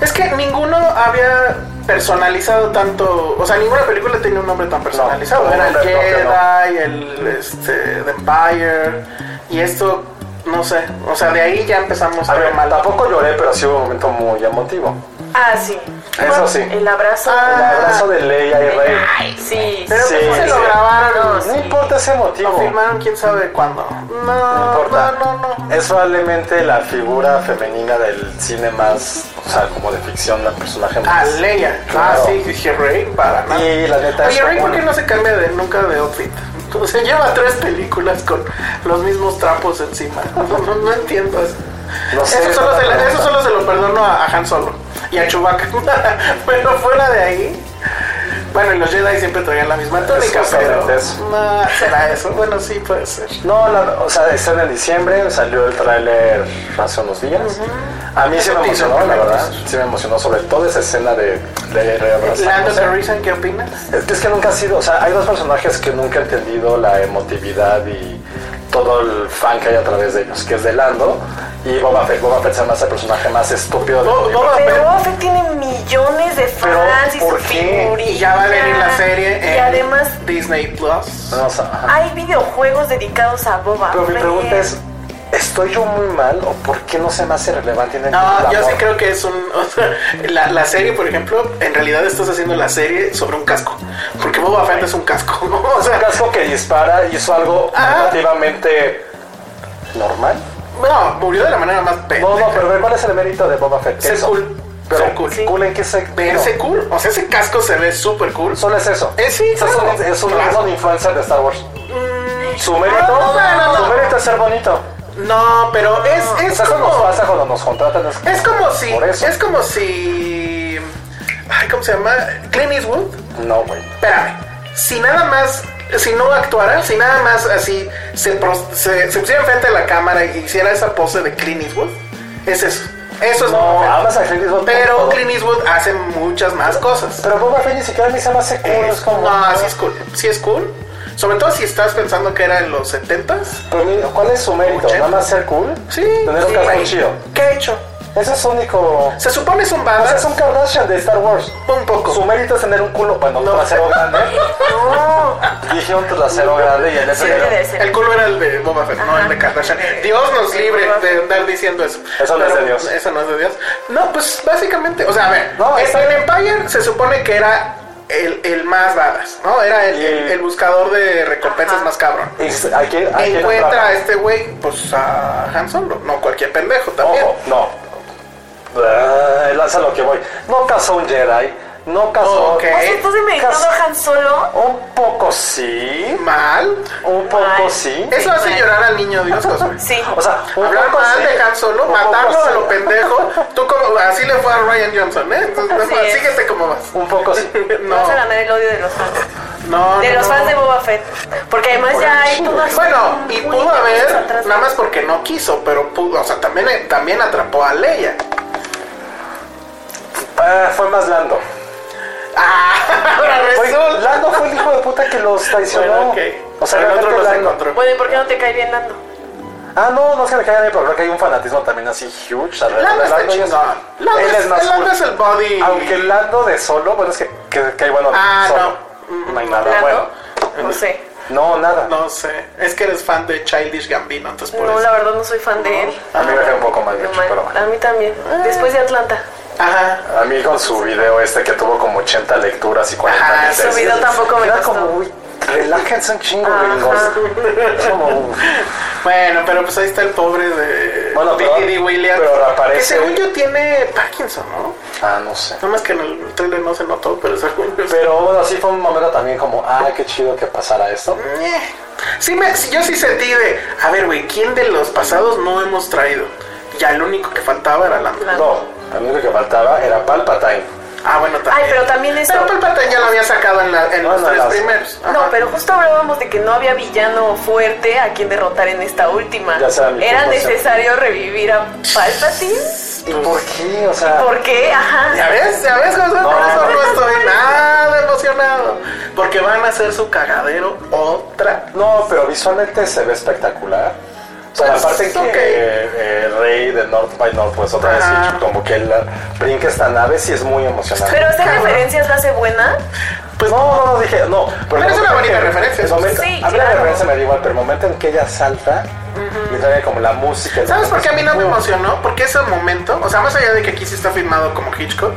B: Es que ninguno había personalizado tanto, o sea, ninguna película tenía un nombre tan personalizado.
A: No,
B: era el
A: no, no,
B: Jedi, el este, The Empire, y esto, no sé, o sea, de ahí ya empezamos
A: A
B: a
A: ver,
B: ver mal.
A: tampoco lloré, pero sí hubo un momento muy emotivo.
C: Ah, sí.
A: Eso sí.
C: El abrazo.
A: El
B: Ah,
A: abrazo de Leia y Rey.
C: Ay, sí.
B: Pero
A: Sí,
B: pues, se
A: sí.
B: lo grabaron.
C: No,
A: No
C: sí.
A: importa ese motivo.
B: Lo firmaron quién sabe cuándo. No,
A: No importa.
B: no, no, no.
A: Es probablemente la figura femenina del cine más, o sea, como de ficción, la personaje
B: Ah,
A: más.
B: Leia.
A: Claro.
B: Ah, sí, dije Rey para nada.
A: Y la neta
B: Oye,
A: es
B: Rey,
A: como-
B: ¿por qué no se cambia de, nunca de outfit? Se lleva tres películas con los mismos trapos encima. No, no, no entiendo eso.
A: No sé,
B: eso,
A: no
B: solo
A: te
B: se la-
A: pregunto.
B: eso solo se lo perdono a, a Han Solo y a Chewbacca. pero fuera de ahí. Bueno, y los Jedi siempre traían la misma túnica,
A: justamente
B: pero.
A: eso.
B: No, será eso. Bueno, sí, puede ser.
A: No, la- o sea, estrena en diciembre, salió el tráiler hace unos días. A mí sí me
B: Repito,
A: emocionó, la
B: repito.
A: verdad. Sí me emocionó sobre todo esa escena de Leia y Rey
B: Lando
A: abrazándose.
B: Calrissian, ¿qué opinas?
A: Es que- Es que nunca ha sido, o sea, hay dos personajes que nunca he entendido la emotividad y todo el fan que hay a través de ellos, que es de Lando y Boba Fett. Boba Fett se llama ese personaje más estúpido de
B: Bo-
A: universo.
B: Boba
C: Pero Boba Fett tiene millones de
A: Pero,
C: fans y
A: ¿por
C: Ah, su
A: qué?
C: figurita.
B: Y ya va a venir la serie en
C: Y además
B: Disney Plus.
A: No, o sea, ajá.
C: hay videojuegos dedicados a Boba
A: Pero mi
C: Fett.
A: pregunta es, ¿estoy yo muy mal o por qué no se me hace relevante en el
B: No,
A: amor?
B: yo sí creo que es un. o sea, la, la serie, por ejemplo, en realidad estás haciendo la serie sobre un casco. Porque Boba Fett es un casco, ¿no? O
A: Un
B: sea,
A: casco que dispara y hizo algo
B: Ah.
A: relativamente normal.
B: no, murió de la manera más pendeja.
A: No, no, pero a ver, ¿cuál es el mérito de Boba Fett? ¿Qué
B: Ser
A: hizo?
B: cool.
A: Pero
B: Ser cool.
A: cool. en qué sentido?
B: Verse cool. O sea, ese casco se ve súper cool.
A: Solo es eso.
B: Eh, sí,
A: O sea,
B: claro.
A: es un, es un,
B: Claro. Mm,
A: es un influencer de Star Wars. Su mérito,
B: no, no, no.
A: su mérito es ser bonito.
B: No, pero es,
A: O
B: es
A: sea, eso nos
B: como.
A: pasa cuando nos contratan. Es,
B: Es como si.
A: Por eso.
B: Es como si. Ay, ¿cómo se llama? Clint Eastwood.
A: No, güey.
B: Espérame, si nada más, si no actuara, si nada más así se, pro- se, se pusiera enfrente de la cámara y hiciera esa pose de Clint Eastwood, es eso. Eso es
A: No,
B: Boba Fett.
A: hablas a Clint Eastwood por
B: Pero
A: todo.
B: Clint Eastwood hace muchas más cosas.
A: Pero Boba Fett ni siquiera ni se me hace cool. Es como...
B: No, sí es cool. Sí es cool. Sobre todo si estás pensando que era en los 70s.
A: Pero mira, ¿cuál es su mérito?
B: Mucho.
A: ¿Nada más ser cool?
B: Sí.
A: Tener un
B: sí,
A: casco
B: güey.
A: chido.
B: ¿Qué ha hecho?
A: Ese es su único...
B: Se supone es un
A: O sea,
B: badass.
A: es un Kardashian de Star Wars.
B: Un poco.
A: Su mérito es tener un culo, bueno, un trasero grande.
C: No,
A: Dije un trasero grande y en ese
C: Sí,
A: video-
C: debe ser.
B: El culo era el de Boba Fett, no el de Kardashian. Dios nos libre de andar diciendo eso.
A: Eso no es de
B: Pero
A: Dios.
B: Eso no es de Dios. No, pues básicamente, o sea, a ver,
A: No,
B: en
A: está
B: en
A: bien.
B: Empire se supone que era el, el más badass, ¿no? Era el,
A: Y el-
B: el buscador de recompensas
C: Ajá.
B: más cabrón.
A: Y Aquí, aquí
B: Encuentra
A: entra-
B: a este güey, pues a Han Solo, no cualquier pendejo también.
A: Ojo, no. Ah, Lanza lo que voy. No casó un Jedi. No casó.
B: Ok.
C: o sea, estás meditando a Han Solo.
A: Un poco sí.
B: Mal.
A: Un poco
C: Ay.
A: sí.
B: Eso hace llorar al niño Dios, Josué.
C: Sí.
A: O sea, un
B: Hablar
A: poco
B: mal
A: sí.
B: de Han Solo,
A: Un poco
B: matarlo a
A: sí.
B: lo pendejo. Tú como, así le fue a Ryan Johnson, ¿eh? Entonces, no,
C: Así
B: pues,
C: es.
B: síguete como vas.
A: Un poco sí.
C: Vas a
B: No,
C: ganar el odio de los fans.
B: no.
C: De
B: no,
C: los
B: no.
C: fans de Boba Fett. Porque además ya hay todas.
B: Bueno, y pudo
C: Uy,
B: haber,
C: atrás.
B: nada más porque no quiso, pero pudo, o sea, también, también atrapó a Leia.
A: Eh, Ah, fue más blando.
B: Ah, ahora
A: Oye,
B: resulta.
A: Lando fue el hijo de puta que los traicionó.
B: Bueno, ok.
A: Pues, O sea,
B: El otro
A: realmente
B: los
A: Lando-
B: encontró.
C: Bueno, ¿y por qué no te cae bien Lando?
A: Ah, no, no es que me caiga bien, pero creo que hay un fanatismo también así huge. alrededor
B: Lando
A: de
B: está
A: Lando y es-
B: chingón. Lando
A: Él
B: es-
A: es más
B: Lando
A: cool.
B: es el body.
A: Aunque el Lando de solo, bueno, es que, que, que hay bueno.
B: Ah,
A: solo.
B: no.
A: No hay nada
C: Lando,
A: bueno.
C: no sé.
A: No, nada.
B: No sé, es que eres fan de Childish Gambino, entonces por
C: No,
B: eso.
C: la verdad no soy fan de él.
A: A mí me cae un poco mal,
C: No
A: gacho,
C: man,
A: pero bueno.
C: a mí también.
B: Ah.
C: Después de Atlanta.
B: Ajá.
A: A mí con su video este que tuvo como 80 lecturas y 40
B: Ah,
A: mil
B: su
A: veces,
C: video tampoco me
A: era
C: gustó.
A: como, uy, relájense un chingo,
C: Ajá.
A: gringos. Es como, uf.
B: Bueno, pero pues ahí está el pobre de
A: Bueno, pero-
B: D. Williams.
A: pero aparece-
B: Que según yo tiene Parkinson, ¿no?
A: Ah, no sé.
B: Nada más que en el trailer no se notó, pero según yo.
A: Pero bueno, sí fue un momento también como, ah, qué chido que pasara esto.
B: Eh, Sí me, sí, yo sí sentí de, a ver, güey, ¿quién de los pasados no hemos traído? Ya el único que faltaba era Lando.
A: No, a mí lo que faltaba era Palpatine.
B: Ah, bueno, también.
C: Ay, pero también eso.
B: Pero Palpatine ya lo había sacado en, la- en
A: No,
B: los
A: no,
B: tres
A: las-
B: primeros. Ajá.
C: No, pero justo hablábamos de que no había villano fuerte a quien derrotar en esta última.
A: Ya sea, mi
C: Era
A: punto,
C: necesario revivir a Palpatine.
A: ¿Y por qué? O sea,
C: ¿Por qué?
B: Ya
C: Ajá.
B: ves, ya ves, Josué, por
A: No.
B: eso no estoy nada emocionado. Porque van a hacer su cagadero otra.
A: no, pero visualmente se ve espectacular. O sea,
B: Pues,
A: aparte que
B: ok.
A: eh, eh, Rey de North by Northwest otra vez,
B: Ajá.
A: sí, como que la, brinca esta nave, sí es muy emocionante.
C: Pero esta
B: Cabrón.
C: referencia la hace buena.
A: Pues no, no, no dije, no.
B: Pero es
A: el
B: una
A: momento
B: bonita
A: en que-
B: referencia.
A: el momento-
C: Sí,
A: a mí la
C: claro.
A: referencia me da igual, pero el momento en que ella salta, me trae como la música. el
B: ¿Sabes por qué a mí no me
A: Mm.
B: emocionó? Porque ese momento, o sea, más allá de que aquí sí está filmado como Hitchcock,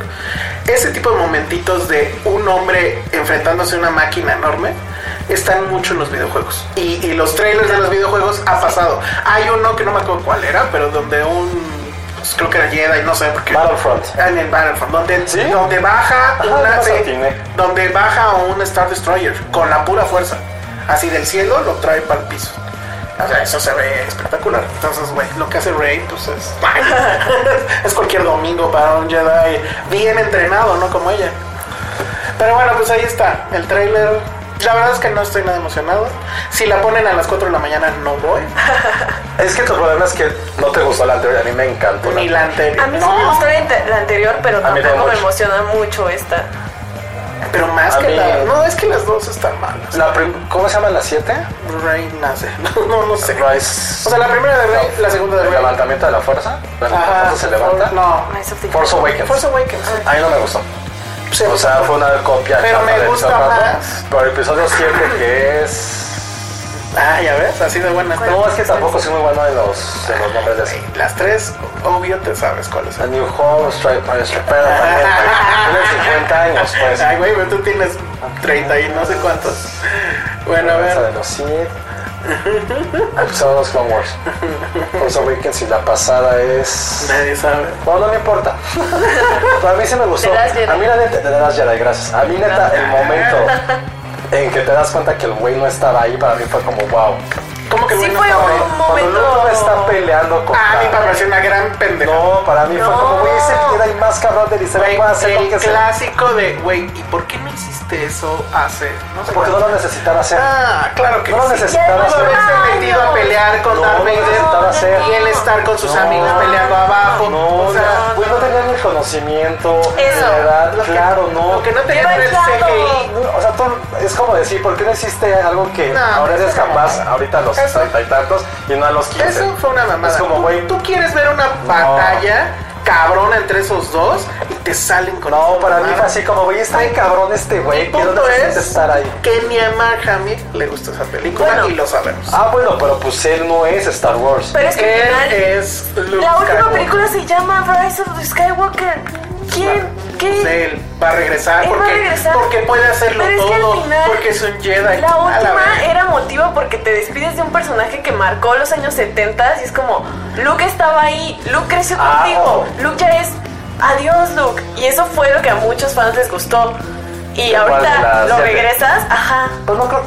B: ese tipo de momentitos de un hombre enfrentándose a una máquina enorme están mucho en los videojuegos. Y, y los trailers de los videojuegos ha pasado. Hay uno que no me acuerdo cuál era, pero donde un. pues, creo que era Jedi, no sé por qué.
A: Battlefront.
B: En el Battlefront, donde,
A: ¿Sí?
B: donde baja
A: Ajá,
B: una.
A: no
B: sí,
A: satiné.
B: donde baja un Star Destroyer con la pura fuerza. Así del cielo lo trae para el piso. O sea, eso se ve espectacular. Entonces, güey, lo que hace Rey, pues es. es cualquier domingo para un Jedi bien entrenado, ¿no? Como ella. Pero bueno, pues ahí está, el trailer. La verdad es que no estoy nada emocionado. Si la ponen a las 4 de la mañana, no voy.
A: Es que tu problema es que no te gustó la anterior, a mí me encantó.
B: Ni la anterior.
C: A mí sí
B: No,
C: me gustó la ante- la anterior, pero
A: A mí
C: tampoco me
A: mucho.
C: emociona mucho esta.
B: Pero más
A: A
B: que
A: mí-
B: la. No, es que las dos están malas.
A: La prim- ¿Cómo se llaman las siete?
B: Rey nace. No, no sé.
A: Rise.
B: O sea, la primera de Rey, la segunda de
A: El
B: Rey.
A: levantamiento de la fuerza. La
B: Ajá.
A: fuerza se levanta.
B: No.
C: Rise of the-
A: Force Awakens.
B: Force Awakens.
A: A mí no me gustó.
B: Sí,
A: O sea, fue una copia.
B: Pero
A: chafa
B: me
A: del
B: gusta
A: episodio cuatro,
B: más.
A: Pero el episodio 7 que es.
B: Ah, ya ves, así de buena está.
A: No, es que tampoco soy muy bueno en los, en los nombres de así.
B: Las tres, obvio, te sabes cuáles
A: A
B: son.
A: New Hope, Strike Fire, Strike Fire también. güey. Tiene 50 años, pues.
B: Ay, güey, pero tú tienes 30 y no sé cuántos. Bueno, a
A: Esa de
B: ver.
A: los Sith. Episodio de los Clone Wars. Force Awakens y la pasada es.
B: Nadie sabe.
A: No, no me importa. Pero a mí sí me gustó.
C: The Last Jedi.
A: A mí la neta, de las Jedi, gracias. A mí neta, el momento en que te das cuenta que el güey no estaba ahí, para mí fue como wow.
B: ¿Cómo que
C: Sí
B: bueno
C: fue
B: está, güey?
C: un
A: Cuando
C: momento.
A: Luke no está peleando con.
B: Ah, a mí me pareció una gran pendeja.
A: No, para mí fue
C: No.
A: como, güey, es el Jedi más cabrón de Lisa.
B: Güey,
A: Puede hacer lo
B: el
A: que sea.
B: clásico de, güey, ¿y por qué no hiciste eso hace? No sé
A: Porque no
B: cuánto?
A: lo necesitaba hacer.
B: Ah, claro que
A: No lo
B: sí.
A: necesitaba
B: Pudo
A: hacer.
B: haberse metido a pelear con
A: No,
B: Darth
A: no
B: Vader
A: necesitaba hacer.
B: y él estar con sus
A: No.
B: amigos peleando abajo.
A: No,
B: o sea,
A: güey, no tenía ni el conocimiento, ni
C: Eso.
A: la edad,
B: lo que-
A: claro, no.
B: Lo que no tenía
C: Lleva
B: era el
C: echando.
B: CGI.
A: No, O sea, tú, es como decir, ¿por qué no hiciste algo que
B: No,
A: ahora eres
B: eso no.
A: capaz, ahorita a los
B: Eso.
A: treinta y tantos y no a los quince?
B: Eso fue una mamada.
A: Es como,
B: Tú-
A: güey,
B: ¿Tú, quieres ver una batalla cabrona entre esos dos y te salen con
A: no,
B: esa
A: para mí
B: mamada.
A: fue así como, güey, está bien cabrón este
B: Mi
A: güey, que no
B: punto es
A: necesita estar ahí.
B: que ni a Mark Hamill le gusta esa película
C: Bueno.
B: y lo sabemos.
A: Ah, bueno, pero pues él no es Star Wars.
C: Pero es que al
B: Él
C: final,
B: es Luke
C: la última
B: Skywalker.
C: película se llama Rise of the Skywalker. ¿Quién?
B: Pues
C: ¿Qué?
B: él va a regresar
C: Él va a
B: porque,
C: regresar.
B: porque puede hacerlo
C: Pero es que al
B: todo.
C: final,
B: porque es un Jedi.
C: La
B: A
C: última
B: verga.
C: era motivo porque te despides de un personaje que marcó los años 70 y es como, Luke estaba ahí, Luke creció
A: Ah.
C: contigo,
B: oh.
C: Luke ya es, adiós Luke. Y eso fue lo que a muchos fans les gustó. Y
A: Igual
C: ahorita
A: la
C: lo
A: serie.
C: regresas, ajá.
A: Pues no creo,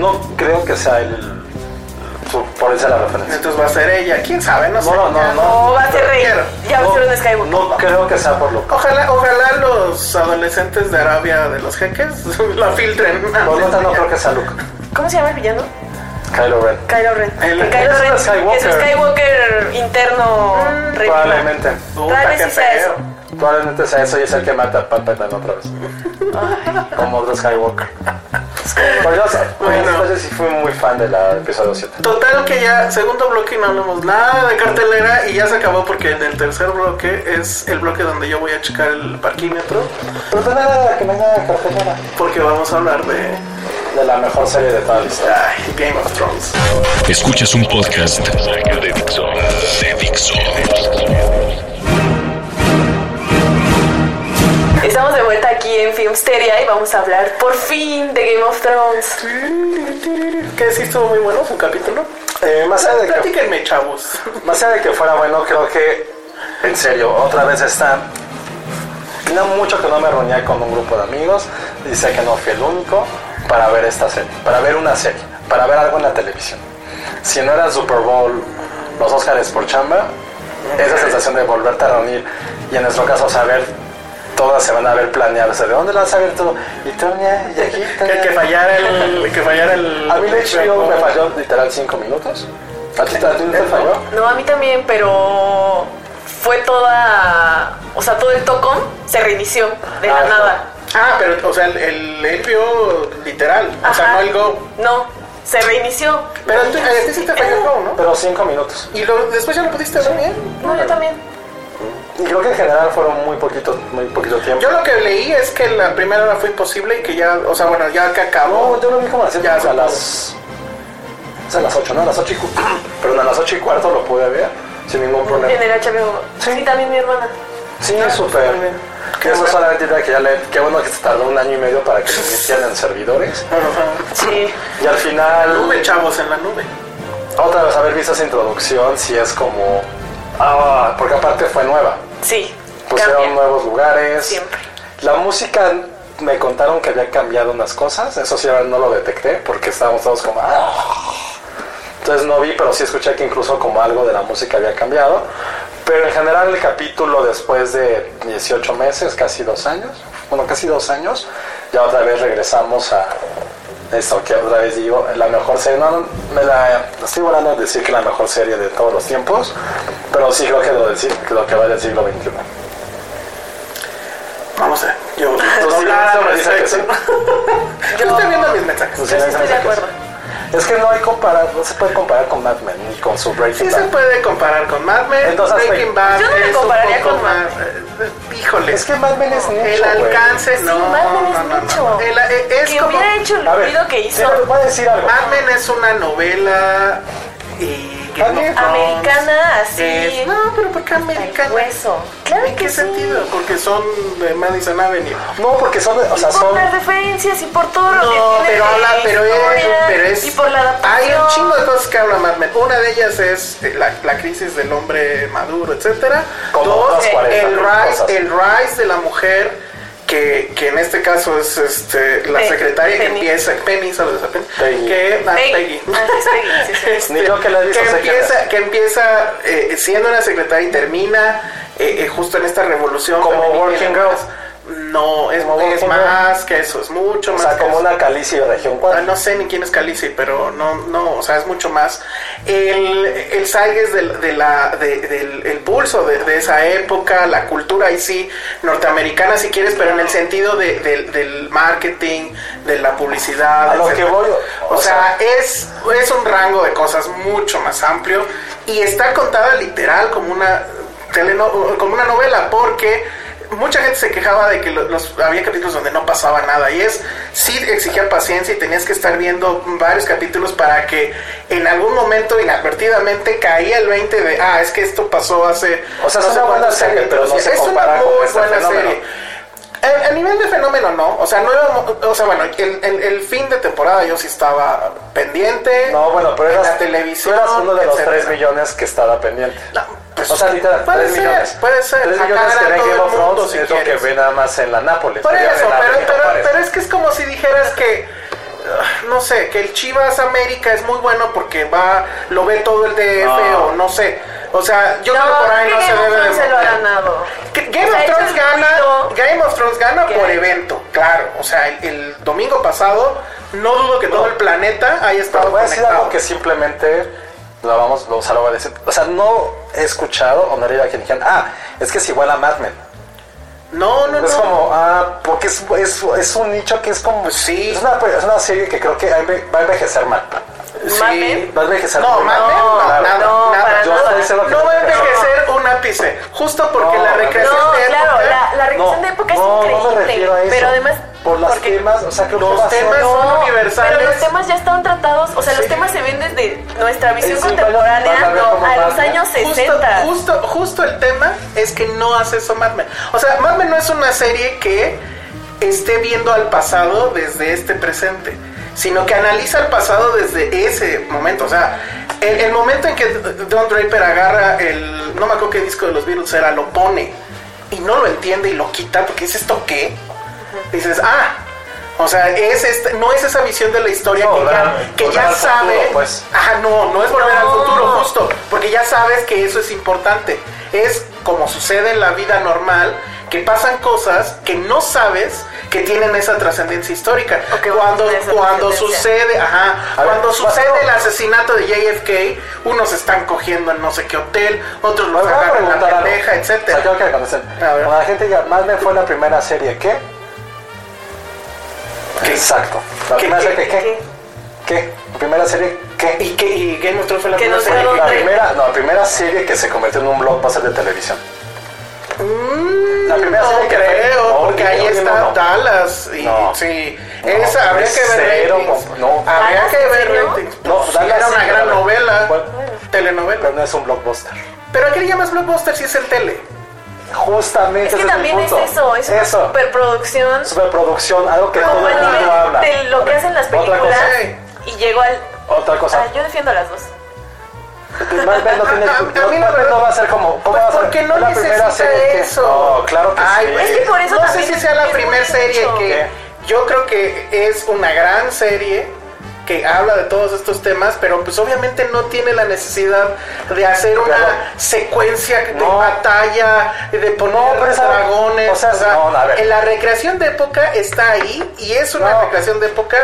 A: no creo que sea el, su- por esa la referencia.
B: Entonces va a ser ella. ¿Quién sabe? No, sé.
A: No, no, no,
B: Ya.
A: no.
C: O va a ser rey,
B: Quiero.
C: ya va a ser
A: No,
C: un Skywalker.
A: No creo que sea por lo
B: Ojalá, ojalá los adolescentes de Arabia de los jeques la filtren.
A: Por lo tanto, no creo que sea Luke.
C: ¿Cómo se llama el villano?
A: Kylo Ren.
C: Kylo Ren.
B: El-
C: Que Kylo
A: es un
C: Ren es
A: Skywalker.
C: un Skywalker interno. rey.
B: Mm.
A: Probablemente.
B: Puta,
C: Tal vez
B: qué
C: sí sea
B: feo.
C: eso.
A: Probablemente sea eso y es el que mata a Palpatine otra vez. Como de Skywalker. Pero yo,
B: Bueno.
A: bueno. yo sí fui muy fan del episodio 7.
B: Total que ya, segundo bloque y no hablamos nada de cartelera y ya se acabó porque en el tercer bloque es el bloque donde yo voy a checar el parquímetro
A: Pero no nada, que no hay nada de cartelera.
B: porque vamos a hablar de
A: De la mejor serie de toda la historia.
B: ay, Game of Thrones.
D: Escuchas un podcast de Dixo. De Dixo.
C: Estamos de vuelta aquí en Filmsteria y vamos a hablar por fin de Game of Thrones.
B: Que sí estuvo muy bueno su capítulo.
A: Eh, más allá de que
B: Platíquenme, chavos.
A: Más allá de que fuera bueno, creo que, en serio, otra vez está. Tenía mucho que no me reunía con un grupo de amigos y sé que no fui el único para ver esta serie, para ver una serie, para ver algo en la televisión. Si no era el Super Bowl, los Oscars por chamba, esa sensación de volverte a reunir y en nuestro caso saber, todas se van a ver planeadas, de dónde las has abierto y Toña y aquí.
B: Que,
A: Toña.
B: que fallara el. Que fallara el.
A: A mí el HBO me falló literal 5 minutos. ¿A ti, a ti no te falló?
C: No, a mí también, pero fue toda. O sea, todo el tocón se reinició de la
A: Ah,
C: nada.
B: Ah, pero, o sea, el, el HBO literal. O sea,
C: Ajá.
B: no el Go.
C: No, se reinició.
B: Pero tú, eh, a ti sí te falló el Go, ¿no?
A: Pero 5 minutos.
B: Y lo- después ya lo pudiste ver bien.
C: No, yo también.
A: Y creo que en general fueron muy poquito, muy poquito tiempo.
B: Yo lo que leí es que la primera hora fue imposible y que ya, o sea, bueno, ya que acabó.
A: no, yo lo vi como a las siete,
B: Ya,
A: a las. es a las 8, no, a las 8 y cu- Perdón, a las 8 y cuarto lo pude ver sin ningún
C: En
A: problema.
C: el HBO.
A: Sí.
C: Sí, también mi hermana.
A: Sí, súper. Que eso es solamente la que ya le. Qué bueno que se tardó un año y medio para que se invirtieran en servidores.
C: Sí.
A: Y al
B: Nube,
A: final,
B: chavos, en la nube.
A: otra vez haber visto esa introducción, si es como. Ah, porque aparte fue nueva.
C: Sí.
A: pusieron
C: cambia.
A: nuevos lugares.
C: Siempre.
A: La música me contaron que había cambiado unas cosas, eso sí ahora no lo detecté porque estábamos todos como "Ah". entonces no vi, pero sí escuché que incluso como algo de la música había cambiado. Pero en general el capítulo después de 18 meses, casi dos años, bueno casi dos años, ya otra vez regresamos a eso que otra vez digo, la mejor serie, no, no, me la estoy volando a decir que la mejor serie de todos los tiempos, pero sí creo que lo, del sig- lo que va del siglo XXI.
B: Vamos a ver. Yo
A: Entonces,
B: doblar al
A: me dice que sí.
B: respecto. Yo estoy viendo mis mensajes.
A: Sí,
C: Yo Pues sí estoy de
A: sí,
C: acuerdo.
A: sí. Es que no hay comparar, no se puede comparar con Mad Men ni con su Breaking
B: Sí se
A: Bad.
B: puede comparar con Mad Men,
A: Entonces,
B: Breaking Bad.
C: Yo no me
B: es un
C: compararía
B: poco
C: con Mad
B: más, eh, Híjole.
A: Es que Mad Men es nicho,
B: El
A: güey.
B: alcance, no.
C: Mad Men es
B: no, no, no.
C: nicho.
B: El- eh, es
C: que
B: como- eh,
C: hubiera hecho el
A: A ver,
C: ruido que hizo
A: mira, te voy a decir algo.
B: Mad Men es una novela y Game of
A: También.
B: Thrones
C: americana así.
B: es- no, pero ¿por qué
C: hasta el
B: americana?
C: hueso. Claro
B: ¿En
C: que
B: qué
C: sí.
B: sentido? Porque son de Madison Avenue.
A: No, porque son, o sea,
C: Y por
A: son
C: las referencias y por todo lo que
B: No,
C: tiene
B: pero
C: de
B: habla, pero es,
C: historia
B: pero es-
C: y por la adaptación.
B: Hay un chingo de cosas que habla Mad Men. Una de ellas es eh, la, la crisis del hombre maduro, etcétera.
A: Como
B: Dos,
A: otras
B: eh,
A: 40
B: el rise,
A: cosas.
B: el rise de la mujer. Que, que en este caso es este, la
C: Pe-
B: secretaria que
C: Penny.
B: empieza, Penny, ¿sabes? Penny,
A: Penny.
B: que ah,
C: Peggy.
B: Peggy.
C: Ah, sí, es Peggy, sí, sí.
A: Ni yo que la he visto, sé quién
B: empieza, que empieza eh, siendo una secretaria y termina eh, eh, justo en esta revolución.
A: Como
B: femenina.
A: Working Girl.
B: No, es,
A: Como
B: es
A: Working
B: más que eso, es mucho
A: o
B: más.
A: sea,
B: que
A: como
B: eso.
A: una calicia de región
B: Ah,
A: 4.
B: No sé ni quién es Calici, pero no, no, o sea, es mucho más. El, el Saigues del, de la, de- del el pulso de, de esa época, la cultura ahí sí, norteamericana si quieres, pero en el sentido de- del- del marketing, de la publicidad.
A: A lo
B: etcétera.
A: que voy,
B: O,
A: o
B: sea, es, es un rango de cosas mucho más amplio y está contada literal como una, teleno- como una novela porque mucha gente se quejaba de que lo- los, había capítulos donde no pasaba nada y es sí exigía paciencia y tenías que estar viendo varios capítulos para que en algún momento inadvertidamente caía el 20 de ah es que esto pasó hace
A: O sea, es una buena
B: cuántos
A: serie, pero no
B: capítulos".
A: se
B: es una
A: compara con
B: muy
A: este
B: buena
A: fenómeno.
B: serie a, a nivel de fenómeno no o sea no era mo- o sea bueno el, el- el fin de temporada yo sí estaba pendiente
A: No, bueno, pero
B: en
A: eras,
B: la televisión
A: tú eras uno de los
B: etcétera.
A: 3 millones que estaba pendiente.
B: No, pues,
A: o sea, literal,
B: puede
A: 3
B: ser,
A: millones.
B: puede ser.
A: 3
B: Acá
A: millones que
B: era
A: ven
B: todo
A: Game
B: el
A: of
B: mundo,
A: Thrones
B: si
A: es lo que
B: quieres.
A: ve nada más en la Nápoles.
B: Por
A: sería
B: eso,
A: en la
B: pero,
A: Benito
B: pero,
A: Juárez.
B: pero es que es como si dijeras que, ah, no sé, que el Chivas América es muy bueno porque va, lo ve todo el DF
A: No.
B: o no sé. O sea, yo
C: No,
B: creo que por ahí
C: creo
B: no
C: que
B: se
C: Game of
B: debe de...
C: Thrones se lo ha ganado.
B: Que- Game,
C: O sea,
B: of
C: hizo
B: Thrones
C: el
B: gana,
C: ruido.
B: Game of Thrones gana
C: que
B: por
C: hay.
B: evento, claro. O sea, el, el domingo pasado no dudo que todo el planeta haya
A: Pero
B: estado
A: voy a decir
B: conectado.
A: algo que simplemente lo vamos, lo, o sea, lo voy a decir. O sea, no he escuchado o no he ido a quien dijeran, ah, es que es igual a Mad Men.
B: No, no,
A: Es
B: no.
A: como, ah, porque es, es- es un nicho que es como.
B: Sí.
A: Es una, pues, es una serie que creo que va a enve- va a envejecer mal.
B: Sí.
C: Mamen.
A: Va a envejecer
B: No,
A: muy mal.
B: mamen, no, nada,
C: no,
B: nada.
C: para
A: Yo
C: nada.
A: estoy diciendo que
B: No va a envejecer
A: No,
B: un ápice. Justo porque
A: No,
B: la
A: mamen.
B: recreación
C: No,
B: de
C: claro,
B: época- ¿eh?
C: la, la revisión de época
A: no,
C: es
A: No me
C: increíble.
A: refiero a eso.
C: pero además.
A: Por las
C: porque-
A: temas, o sea, creo que
B: Los
A: va a ser-
B: temas son
C: No,
B: universales.
C: Pero los temas ya estaban tratados, o sea, los temas se ven desde nuestra visión
A: Sí, sí,
C: contemporánea
A: van a ver cómo
C: a los
A: van, ¿eh?
C: años
B: Justo,
C: 60.
B: justo, justo el tema es que no hace eso Mad Men. O sea, Mad Men no es una serie que esté viendo al pasado desde este presente, sino que analiza el pasado desde ese momento. O sea, el, el momento en que Don Draper agarra el, no me acuerdo qué disco de los Beatles era, lo pone y no lo entiende y lo quita porque dice esto qué. Dices, ah. O sea, es este- no es esa visión de la historia
A: No,
B: que ya,
A: la-
B: que
A: volver
B: ya
A: al futuro,
B: sabe.
A: pues.
B: Ajá, Ah, no, no es volver al
C: No.
B: futuro, justo, porque ya sabes que eso es importante. Es como sucede en la vida normal, que pasan cosas que no sabes que tienen esa trascendencia histórica.
C: O que van a
B: Cuando,
C: tener esa
B: cuando
C: trascendencia.
B: sucede, ajá,
A: A ver,
B: cuando
A: ¿vas
B: sucede
A: a-
B: el asesinato de JFK, unos están cogiendo en no sé qué hotel, otros
A: Me
B: los
A: voy Pues a
B: agarran en la
A: preguntar algo.
B: pendeja,
A: O sea,
B: etcétera.
A: tengo que reconocer.
B: A ver.
A: Cuando la gente diga, Mad Men fue la primera serie que.
B: ¿Qué?
A: Exacto. La
B: ¿Qué,
A: primera
B: qué,
A: serie que. ¿Qué? ¿Qué? La primera serie
B: ¿Y,
A: que.
B: que, y Game of Thrones fue la
C: Que
B: primera
C: nos
B: serie
C: fueron
A: La
B: que-
C: de-
A: primera, no, la primera serie que se convirtió en un blockbuster de televisión.
C: Mm,
A: La primera
B: No
A: serie que fue-
B: creo,
A: no,
B: porque
A: yo
B: ahí
A: creo que
B: está
A: no, no.
B: Dallas y
A: No.
B: sí,
A: No,
B: esa habría que ver
A: cero
B: ratings.
A: comp- no.
B: Habría
C: ¿Dallas,
B: que
C: en
B: ver
C: serio?
B: ratings.
A: No,
B: Pues sí,
A: Dallas
B: era una
A: sí,
B: gran
A: pero-
B: novela,
A: Bueno.
B: telenovela.
A: Pero no es un blockbuster.
B: Pero ¿a qué le llamas blockbuster si es en tele?
A: Justamente
C: Es
A: ese
C: que
A: mi
C: también es
A: punto.
C: eso, es una
A: Eso.
C: superproducción
A: Superproducción, algo que todo
C: como
A: el
C: el
A: mundo habla.
C: nivel de lo que hacen las
A: Otra
C: películas
A: cosa.
C: y llego al...
A: Otra cosa.
C: Ah, yo defiendo a las dos.
A: Mad Men Pues no tiene.
B: A- a- a
A: no,
B: mí no
A: Mad Men
B: me-
A: no va a ser como. ¿Cómo
B: Pues
A: va a ser?
B: porque no
A: Es la primera
B: necesita
A: serie que-
B: eso.
A: No, claro que sí.
C: pues, Es que por eso
B: no sé
C: también
B: si
C: es-
B: sea la
C: es
B: primera
C: muy
B: serie
C: mucho.
B: que
A: ¿Qué?
B: yo creo que es una gran serie que habla de todos estos temas, pero pues obviamente no tiene la necesidad de hacer una
A: Claro.
B: secuencia de
A: No.
B: batalla, de poner
A: No, pero esa-
B: dragones.
A: o sea, no, a ver.
B: en la recreación de época está ahí y es una
A: No.
B: recreación de época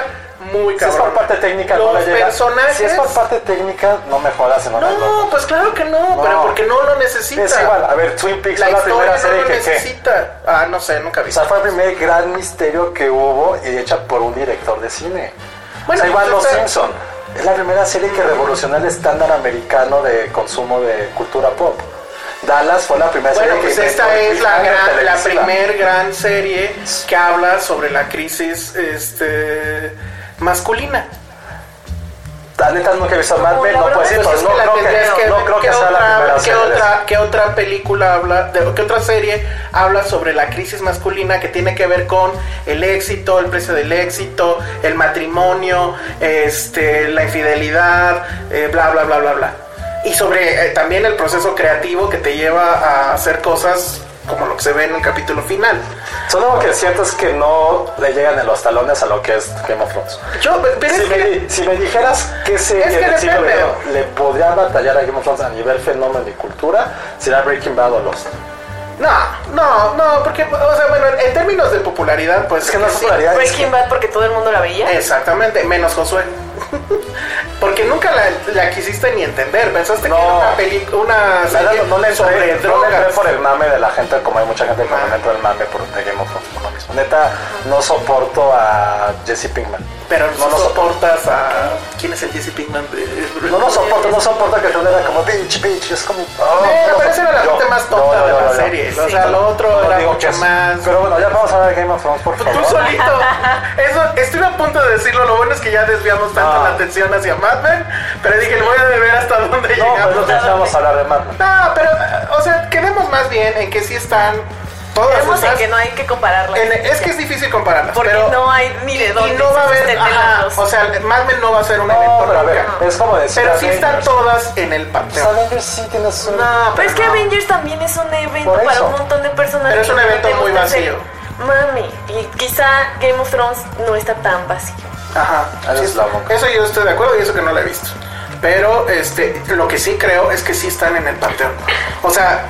B: muy
A: Si es
B: cabrona.
A: por parte técnica,
B: los
A: no le llega.
B: personajes.
A: Si es por parte técnica, no me jodas en una
B: no, pues claro que no,
A: No.
B: pero porque no lo necesita.
A: Es igual, a ver, Twin Peaks
B: La
A: fue la
B: historia
A: primera
B: no
A: serie
B: lo
A: que. ¿qué?
B: necesita. Ah, no sé, nunca vi.
A: O sea, fue el primer gran misterio que hubo y hecha por un director de cine.
B: Bueno,
A: o sea, igual
B: pues,
A: Los
B: o sea-
A: Simpson. Es la primera serie que revolucionó el estándar americano de consumo de cultura pop. Dallas fue la primera
B: Bueno,
A: serie
B: pues
A: que inventó
B: esta
A: el
B: es la,
A: cliffhanger
B: gran, la
A: televisiva.
B: primer gran serie que habla sobre la crisis este, masculina.
A: La neta nunca he visto Mad Men,
C: la
A: no puedo
C: verdad
A: decir,
C: es
A: pero
B: Entonces,
A: no
B: pues, que la
A: creo
B: tendrías
A: que,
B: que
A: no
B: ver.
A: creo
B: ¿Qué
A: que sea la
B: otra-
A: primera
B: qué
A: serie. de
B: otra, qué otra película habla, de, qué otra serie habla sobre la crisis masculina que tiene que ver con el éxito, el precio del éxito, el matrimonio, este, la infidelidad, eh, bla, bla, bla, bla, bla. Y sobre eh, también el proceso creativo que te lleva a hacer cosas como lo que se ve en el capítulo final.
A: Solo lo que siento es que no le llegan en los talones a lo que es Game of Thrones.
B: Yo, pero
A: Si
B: es
A: me,
B: que-
A: di- si me dijeras que serie
B: Es que
A: del siglo
B: depende.
A: XXI le podría batallar a Game of Thrones a nivel fenómeno y cultura, será Breaking Bad o Lost.
B: No, no, no, porque, o sea, bueno, en, en términos de popularidad, pues...
A: Es que no es
B: sí.
A: popularidad, es que-
C: Breaking Bad porque todo el mundo la veía.
B: Exactamente, menos Josué. Porque nunca la, la quisiste ni entender. Pensaste que era
A: No.
B: una película, una
A: La
B: serie
A: verdad, no le entré,
B: sobre
A: no le entré
B: drogas.
A: por el mame de la gente, como hay mucha gente que
B: Ah.
A: me entra el mame por de Game of Thrones por lo mismo. Neta, no soporto a Jesse Pinkman.
B: Pero no,
A: no lo soporto.
B: soportas a. ¿Quién es el Jesse Pinkman? Eh, de-
A: No lo soporto, no soporto que tú le como bitch, bitch. Es como. oh,
B: Eh,
A: no lo
B: pero esa era la
A: soporto.
B: parte
A: Yo-
B: más tonta
A: no, no,
B: de
A: no,
B: la
A: no, no.
B: serie. O
C: Sí.
B: sea, lo otro
A: No
B: era
A: digo
B: mucho
A: que es-
B: más.
A: Pero bueno, ya vamos a hablar de Game of Thrones, por favor.
B: Tú solito. Eso, estuve a punto de decirlo. Lo bueno es que ya desviamos tanto
A: Ah.
B: la atención hacia Mad Men. Pero dije, le voy a deber hasta dónde
A: No,
B: llegamos.
A: pero no vamos a hablar de Mad Men.
B: No, pero, eh, o sea, quedemos más bien en que sí están todas
C: Vemos en
B: esas-
C: que no hay que compararla.
B: en- es que es difícil compararlas,
C: Porque
B: pero
C: no hay ni de dónde
B: y no va a haber,
C: existen de
B: ajá,
C: las dos.
B: o sea, Mad Men no va a ser un
A: No,
B: evento
A: pero a ver,
B: nunca.
A: es como decir
B: Pero sí están
A: Avengers.
B: todas en el panteón.
A: Avengers sí tiene su... Ah,
B: No,
C: Pero es que
B: no.
C: Avengers también es un evento
A: Por
C: para
A: eso.
C: un montón de personas.
B: Pero es
C: que
B: un
C: no
B: evento
C: te
B: muy
C: gusta
B: vacío.
C: hacer. Mami, y quizá Game of Thrones no está tan vacío.
B: Ajá.
A: Eso
B: sí,
A: es la boca.
B: Ah, eso yo estoy de acuerdo y eso que no la he visto. Pero este, lo que sí creo es que sí están en el panteón. O sea,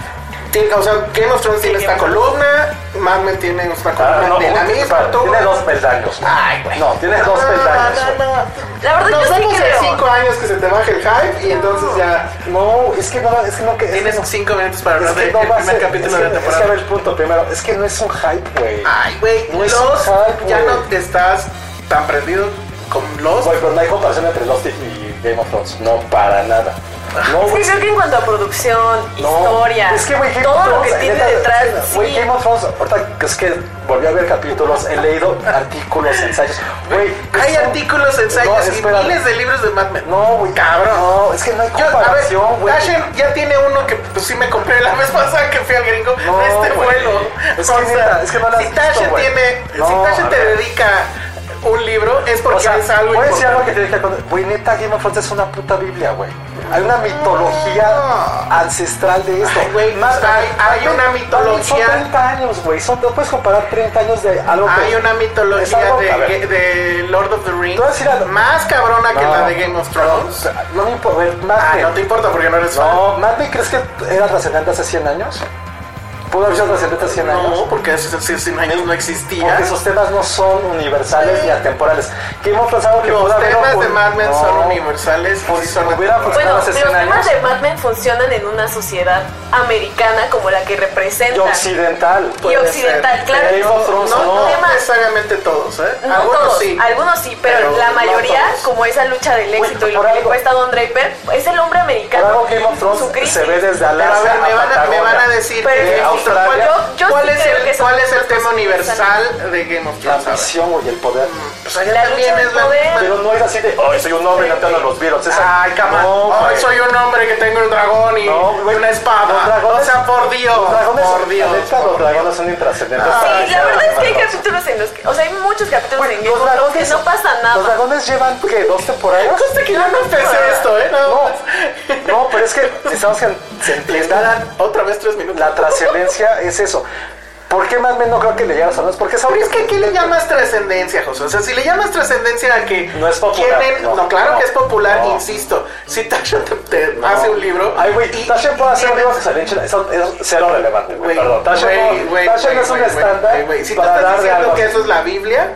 B: tiene- o sea Game of Thrones tiene
C: Game
B: esta
C: of Thrones.
B: columna, Mad Men tiene esta
A: Ah,
B: columna
A: no,
B: de la
A: un-
B: misma
A: para,
B: altura.
A: Tiene dos peldaños.
B: Ay, güey.
A: No, tiene dos
B: No,
A: peldaños.
B: no,
A: güey.
B: no.
C: La verdad
B: Nos
C: yo sí
B: vemos en
C: creo.
B: cinco cinco años que se te baje el hype y entonces ya
A: No, es que no, es que no que. es que
B: tienes
A: no-
B: cinco minutos para
A: es
B: hablar
A: que
B: del
A: no va a
B: primer
A: ser-
B: capítulo
A: es que-
B: de la
A: Es que a
B: temporada.
A: ver, el punto primero, es que no es un hype, güey.
B: Ay, güey,
A: No es un
B: los
A: hype,
B: ya
A: güey.
B: no te estás tan prendido con los.
A: Güey, pero no hay comparación entre Lost y- y Game of Thrones. No, para nada. No,
C: Es que
A: güey.
C: creo que en cuanto a producción,
A: No.
C: historia,
A: Es que, güey, Game
C: todo
A: of
C: lo
A: Thrones,
C: que tiene
A: neta,
C: detrás,
A: es que, Güey,
C: sí.
A: Game of Thrones, ahorita que es que volví a ver capítulos, he leído artículos, ensayos. Güey,
B: Hay
A: son-
B: artículos,
A: No,
B: ensayos
A: espera.
B: y miles de libros de Mad Men.
A: No, güey, cabrón. No, es que no hay
B: Yo, a ver,
A: comparación, güey.
B: Dasher ya tiene uno que pues sí me compré la vez pasada que fui al gringo
A: No,
B: de este
A: güey.
B: vuelo.
A: Es que neta, es que no la has
B: si
A: visto,
B: Dasher
A: güey.
B: tiene, si
A: No,
B: Dasher
A: a
B: te
A: ver.
B: dedica un libro es porque
A: O sea,
B: es algo
A: voy a decir algo que
B: importante.
A: te dije cuando- Güey, neta, Game of Thrones es una puta Biblia, güey. Hay una mitología ancestral de esto.
B: Ah. Ay, güey,
A: Más-
B: hay- hay
A: güey,
B: una
A: también Son
B: mitología.
A: 30 años, güey. Son- No puedes comparar 30 años de algo que...
B: Hay una
A: es
B: mitología
A: algo- a
B: de,
A: ver.
B: de Lord of the
A: Te voy a decir algo.
B: Rings más cabrona que
A: No,
B: la de Game of Thrones.
A: No me importa, a ver, Mad
B: Ah,
A: Men.
B: no te importa porque no eres fan.
A: No, Mad Men, ¿crees que era trascendente hace 100 años? ¿Pudo haber sido trascendente hace 100 años?
B: Pues, No, porque hace hace 100 años no existía.
A: Porque esos temas no son universales ni atemporales. Game of Thrones es algo que pudo
B: Los
A: haber
B: temas de
A: ocurrido-
B: Mad Men
A: No.
B: son universales y
A: Pues,
B: son
A: hubiera
B: atemporales.
C: Bueno,
A: Cada
C: los
A: 60
C: temas
A: años.
C: de Batman funcionan en una sociedad americana como la que representa.
A: Y occidental.
C: Y occidental, claro.
A: Game of Thrones,
B: No,
A: no.
B: no necesariamente todos, ¿eh?
C: No
B: Algunos
C: todos,
B: sí.
C: algunos sí, pero,
B: Pero
C: la
B: no
C: mayoría,
B: todos.
C: como esa lucha del éxito
A: Bueno,
C: y lo
A: por
C: que le
A: algo-
C: cuesta a Don Draper, es el hombre
A: Por
C: americano.
A: algo Game of
C: su
A: Thrones
C: crisis.
A: se ve desde
B: Pero a
A: Alaska
B: ver, me van a, me
A: Patagonia.
B: van a decir
C: Pero pues
B: que-
C: es
A: Australia.
C: Yo- yo
B: ¿Cuál
C: sí
B: es
C: creo
B: el,
C: que son
B: cuál es el
C: cosas
B: tema
C: que
B: universal de Game of
A: La
B: Thrones? A ver.
A: ambición, güey, el poder.
B: Pues ahí
C: La
B: también
C: lucha
B: es
C: del
B: la
C: poder.
B: misma-
A: Pero no es así de, ay, soy un hombre y no te hablan los virus. Esa-
B: Ay, cama.
A: No,
B: Ay,
A: güey.
B: soy un hombre que tengo un dragón y
A: No, güey.
B: una espada.
A: Los dragones-
B: o sea, por Dios.
A: Los dragones,
B: por Dios.
A: la neta, los dragones son intrascendentes. Ah, para
C: Sí, la verdad es que hay
A: Game of Thrones.
C: capítulos en los que, o sea, hay muchos capítulos
A: Güey,
C: en Game of Thrones que no pasa
A: Los
C: nada.
A: dragones llevan, ¿qué? ¿Dos temporadas?
B: Conste que yo no empecé esto, ¿eh? No.
A: No, no, pero es que necesitamos que se entienda
B: Quedan otra vez tres minutos.
A: la trascendencia es eso. ¿Por qué más menos no creo que le llegas a los? Porque es algo
B: Pero es que aquí le llamas trascendencia, José. O sea, si le llamas trascendencia a que.
A: No es popular,
B: tienen-
A: no,
B: no, claro
A: no,
B: que es popular,
A: no.
B: insisto. Si Tasha te, te hace un libro.
A: Ay, güey,
B: y-
A: Tasha puede hacer un libro
B: tiene-
A: que salió en Chile. Eso es cero relevante, güey.
B: Güey,
A: Perdón, Tasha
B: güey,
A: no,
B: güey,
A: Tasha no
B: güey,
A: es un
B: güey, güey,
A: estándar
B: güey, güey. Si tú
A: para
B: estás
A: darle algo.
B: diciendo que
A: así.
B: eso es la Biblia,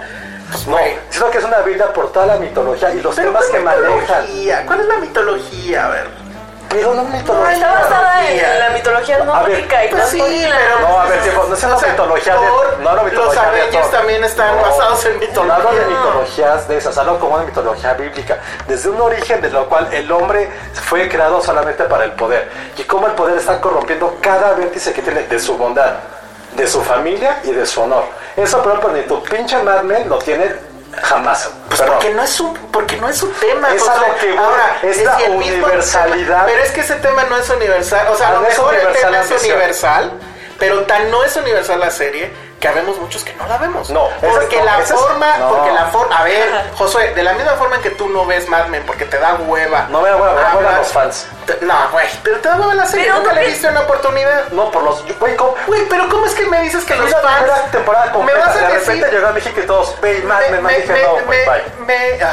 B: pues
A: No,
B: güey.
A: sino que es una biblia por toda la mitología y los
B: Pero
A: temas que
B: ¿cuál
A: manejan.
B: mitología? ¿Cuál es la mitología? A ver.
A: Pero no es mitología.
C: Está basada en la mitología
A: A ver,
C: nórdica y
B: Pues sí,
C: tanto en la-
B: pero-
A: No, a ver, tiempo, no es la
B: O sea,
A: mitología de.
B: Thor,
A: No, no, mitología
B: los Avengers
A: Thor.
B: también están basados en mitología.
A: Hablo de mitologías de esas, hablo como de mitología bíblica. Desde un origen de lo cual el hombre fue creado solamente para el poder. Y cómo el poder está corrompiendo cada vértice que tiene de su bondad, de su familia y de su honor. Eso, pero, pero ni tu pinche Mad Men lo tiene jamás.
B: Pues
A: Perdón.
B: porque no es un porque no es un tema.
A: Es
B: o sea,
A: a lo que voy, es la
B: el mismo tema,
A: universalidad.
B: pero es que ese tema no es universal. O sea, a
A: Ah,
B: lo
A: no es
B: mejor el
A: universal
B: tema
A: la
B: es
A: ambición.
B: universal, pero tan no es universal la serie que habemos muchos que no la vemos.
A: No, esa
B: porque
A: es- no,
B: la
A: esa es-
B: forma,
A: no.
B: porque la forma. A ver, Josué, de la misma forma en que tú no ves Mad Men porque te da hueva.
A: No me da hueva, me da hueva
B: hablas-
A: los fans.
B: te- no, güey, pero te da hueva la serie.
C: Pero
B: nunca
C: no
B: le
C: ves-
B: diste una oportunidad.
A: No, por los. yo- Güey, ¿cómo?
B: Güey, pero ¿cómo es que me dices que
A: Fui
B: los
A: la
B: fans
A: primera temporada
B: me
A: completa.
B: vas a
A: de
B: decir
A: repente llegó a México y todos, "Ve, Mad Men, Mad Men", dije, no, güey, bye.
B: me- me- ah.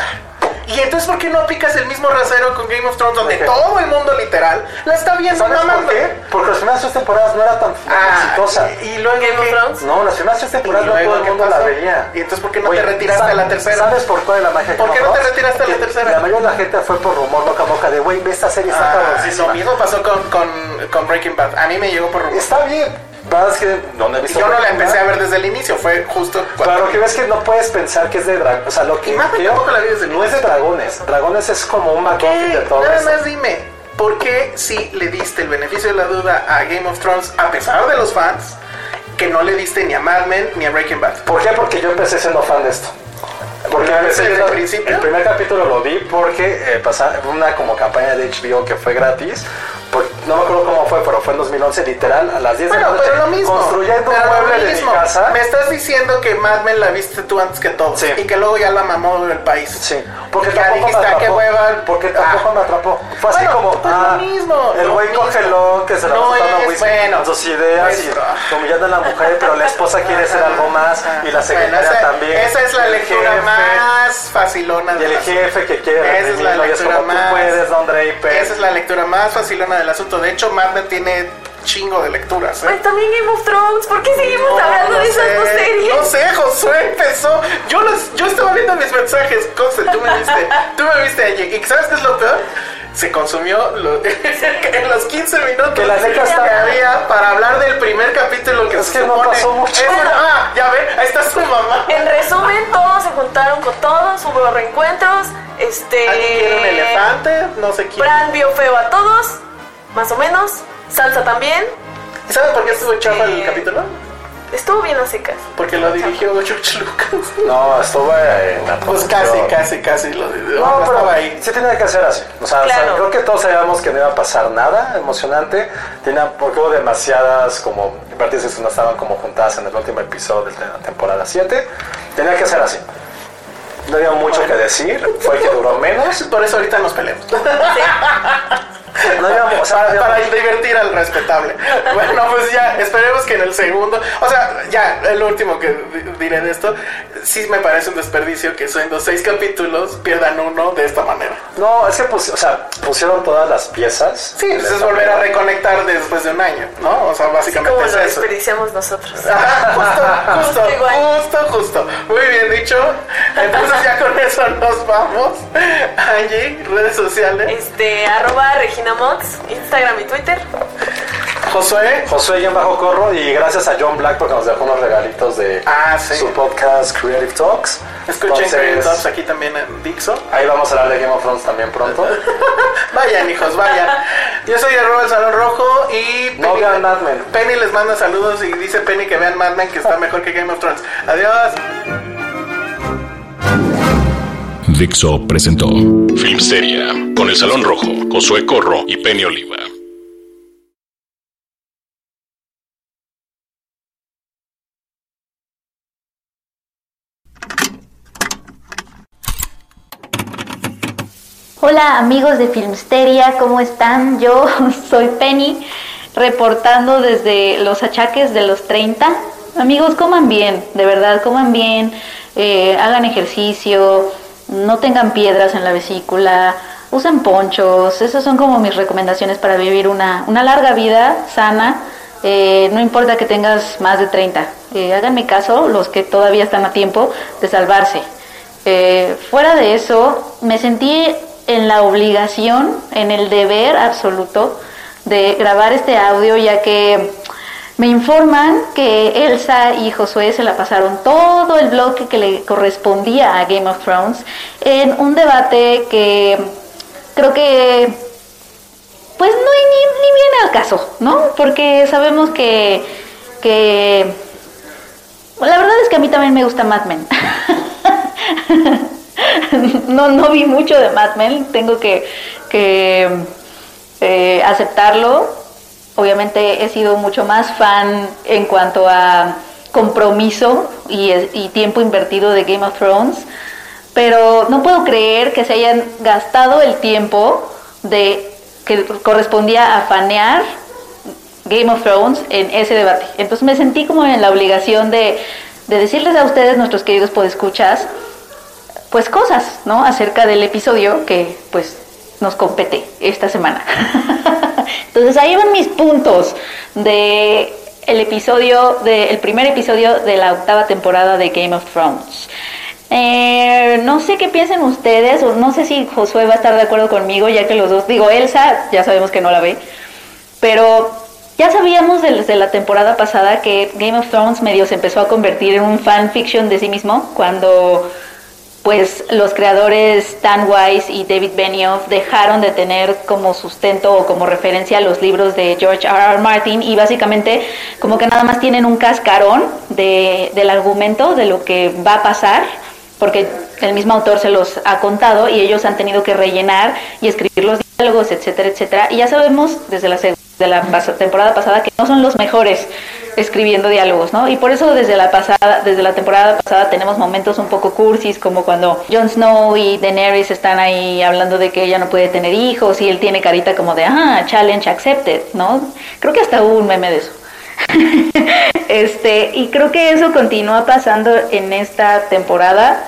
B: Y entonces, ¿por qué no aplicas el mismo rasero con Game of Thrones, donde
A: Ok.
B: todo el mundo literal la está viendo?
A: ¿Sabes
B: mamá?
A: por qué? Porque las primeras tres temporadas no era tan
B: Ah,
A: exitosa.
B: Y, y luego
C: Game of
B: ¿qué?
C: Thrones.
A: No, las primeras tres temporadas no
B: luego,
A: todo el
B: ¿qué
A: mundo la
B: pasó?
A: veía.
B: ¿Y entonces por qué no te
A: Oye,
B: retiraste
A: ¿sabes-
B: a la tercera?
A: ¿Sabes por cuál es la magia? de
B: ¿Por
A: Game
B: qué
A: of
B: no te
A: Thrones?
B: retiraste a la
A: Que
B: tercera?
A: La mayoría de la gente fue por rumor boca a boca de, güey, ve esta serie, está
B: Ah,
A: cabroncísima".
B: lo mismo pasó con, con, con Breaking Bad. A mí me llegó por rumor.
A: Está bien. La verdad es que no, he
B: Y
A: visto
B: yo no la
A: Breaking Bad.
B: empecé a ver desde el inicio, fue justo cuando.
A: Pero lo que ves que no puedes pensar que es de dragones. O sea, lo que.
B: Y Mad Men
A: que yo-
B: tampoco la vi desde el
A: No es de dragones. Dragones es como un
B: Ok,
A: McGuffin de todo
B: Nada
A: esto.
B: más dime, ¿por qué si le diste el beneficio de la duda a Game of Thrones, a pesar de los fans, que no le diste ni a Mad Men ni a Breaking Bad?
A: ¿Por qué? Porque yo empecé siendo fan de esto. Porque
B: ¿Desde
A: empecé
B: el
A: viendo-
B: principio?
A: El primer capítulo lo vi porque eh, pasaba una como campaña de HBO que fue gratis. por- no me acuerdo cómo fue, pero fue en 2011, literal, a las 10 de
B: Bueno,
A: la noche.
B: pero lo mismo.
A: Construyendo
B: pero
A: un
B: lo
A: mueble de mi
B: mismo.
A: casa.
B: Me estás diciendo que Mad Men la viste tú antes que todos.
A: Sí.
B: Y que luego ya la mamó el país.
A: Sí, porque
B: Y ya
A: tampoco
B: dijiste,
A: me
B: "Ah,
A: atrapó.
B: qué hueva.
A: Porque tampoco
B: Ah.
A: me atrapó. Fue así
B: Bueno,
A: como,
B: pues lo
A: ah,
B: mismo,
A: el
B: lo
A: güey
B: mismo.
A: congeló que se la
B: No
A: está dando
B: es
A: whisky,
B: bueno. Pues,
A: con sus ideas
B: Nuestro.
A: y humillando a la mujer, pero la esposa quiere hacer algo más y la secretaria
B: Ah, Bueno, esa,
A: también.
B: Esa es la
A: y el
B: lectura
A: jefe,
B: más facilona
A: Y
B: de
A: el
B: la
A: jefe que quiere
B: Esa es la
A: reprimirlo, y es
B: lectura
A: como, tú
B: más-
A: puedes, Don Draper.
B: Esa es la lectura más facilona del asunto. De hecho, Mad Men tiene chingo de lecturas. ¿eh?
C: Ay, también Game of Thrones. ¿Por qué seguimos
B: No,
C: hablando
B: no
C: de esas
B: sé,
C: dos series?
B: No sé, Josué empezó. Yo, los- yo estaba viendo mis mensajes, Conce, tú me viste. tú me viste ayer. ¿Y sabes qué es lo peor? Se consumió lo- en los 15 minutos
A: Que la neta está-
B: que había para hablar del primer capítulo que
A: Es
B: se
A: que no
B: supone
A: pasó mucho.
B: es una- ah, ya ve, ahí está su mamá.
C: En resumen, todos se juntaron con todos, hubo reencuentros. Este.
B: Alguien quiere un elefante, no sé quién.
C: Bran vio feo a todos, más o menos. Sansa también.
B: ¿Y ¿Sabes por qué estuvo chafa el
C: Eh.
B: capítulo?
C: Estuvo bien a secas.
B: Porque lo dirigió George Lucas.
A: No, estuvo en la
B: Pues casi,
A: producción.
B: casi, casi lo dirigió.
A: No, pero
B: estaba ahí.
A: sí tenía que ser así. O sea, o sea,
C: Claro.
A: creo que todos sabíamos que no iba a pasar nada emocionante. Tenía, porque hubo demasiadas como vértices que no estaban como juntadas en el último episodio de la temporada 7. Tenía que ser así. No había mucho que decir. Fue el que duró menos.
B: Por eso ahorita nos peleamos.
A: No había, o sea,
B: para,
A: había-
B: para divertir al respetable. Bueno, pues ya, esperemos que en el segundo, o sea, ya, el último que di- diré de esto, sí me parece un desperdicio que siendo seis capítulos pierdan uno de esta manera.
A: No, es que pusi- o sea, pusieron todas las piezas.
B: Sí, pues es volver a reconectar después de un año, ¿no? O sea,
C: Así
B: básicamente
C: como
B: es
C: lo
B: eso.
C: desperdiciamos nosotros.
B: Ah, justo,
C: Justo igual.
B: justo, justo, justo. Muy bien dicho. Entonces ya con eso nos vamos. Allí, redes sociales.
C: Este, arroba Regina Mox, Instagram y Twitter.
B: Josué,
A: Josué en bajo corro y gracias a John Black porque nos dejó unos regalitos de
B: Ah, sí.
A: su podcast Creative Talks.
B: escuchen
A: Entonces,
B: Creative Talks aquí también en Dixo.
A: Ahí vamos a hablar de Game of Thrones también pronto.
B: Vayan, hijos, vayan. Yo soy de Robert Salón Rojo y
A: No vean Mad Men.
B: Penny les manda saludos y dice Penny que vean Mad Men que está mejor que Game of Thrones. Adiós.
D: Dixo presentó Filmsteria con el Salón Rojo, Josué Corro y Penny Oliva.
E: Hola amigos de Filmsteria, ¿cómo están? Yo soy Penny, reportando desde los achaques de los 30. Amigos, coman bien, de verdad, coman bien, eh, hagan ejercicio, no tengan piedras en la vesícula, usen ponchos, esas son como mis recomendaciones para vivir una, una larga vida sana. Eh, no importa que tengas más de 30, eh, háganme caso los que todavía están a tiempo de salvarse. Eh, fuera de eso, me sentí en la obligación, en el deber absoluto de grabar este audio, ya que me informan que Elsa y Josué se la pasaron todo el bloque que le correspondía a Game of Thrones en un debate que creo que pues no ni, ni viene al caso, ¿no? Porque sabemos que, que la verdad es que a mí también me gusta Mad Men. no, no vi mucho de Mad Men, tengo que, que, eh, aceptarlo. Obviamente he sido mucho más fan en cuanto a compromiso y, es- y tiempo invertido de Game of Thrones, pero no puedo creer que se hayan gastado el tiempo de que correspondía a fanear Game of Thrones en ese debate. Entonces me sentí como en la obligación de, de decirles a ustedes, nuestros queridos podescuchas, pues cosas, ¿no? Acerca del episodio que pues nos compete esta semana. Entonces ahí van mis puntos de el episodio de- el primer episodio de la octava temporada de Game of Thrones. Eh, no sé qué piensen ustedes, o no sé si Josué va a estar de acuerdo conmigo, ya que los dos, digo, Elsa, ya sabemos que no la ve, pero ya sabíamos de- desde la temporada pasada que Game of Thrones medio se empezó a convertir en un fanfiction de sí mismo cuando pues los creadores Dan Weiss y David Benioff dejaron de tener como sustento o como referencia los libros de George R. Martin y básicamente como que nada más tienen un cascarón de- del argumento de lo que va a pasar porque el mismo autor se los ha contado y ellos han tenido que rellenar y escribir los diálogos, etcétera, etcétera. Y ya sabemos desde la, seg- de la pas- temporada pasada que no son los mejores escribiendo diálogos, ¿no? Y por eso desde la pasada, desde la temporada pasada tenemos momentos un poco cursis, como cuando Jon Snow y Daenerys están ahí hablando de que ella no puede tener hijos y él tiene carita como de, ah, challenge accepted, ¿no? Creo que hasta hubo un meme de eso. Este, y creo que eso continúa pasando en esta temporada.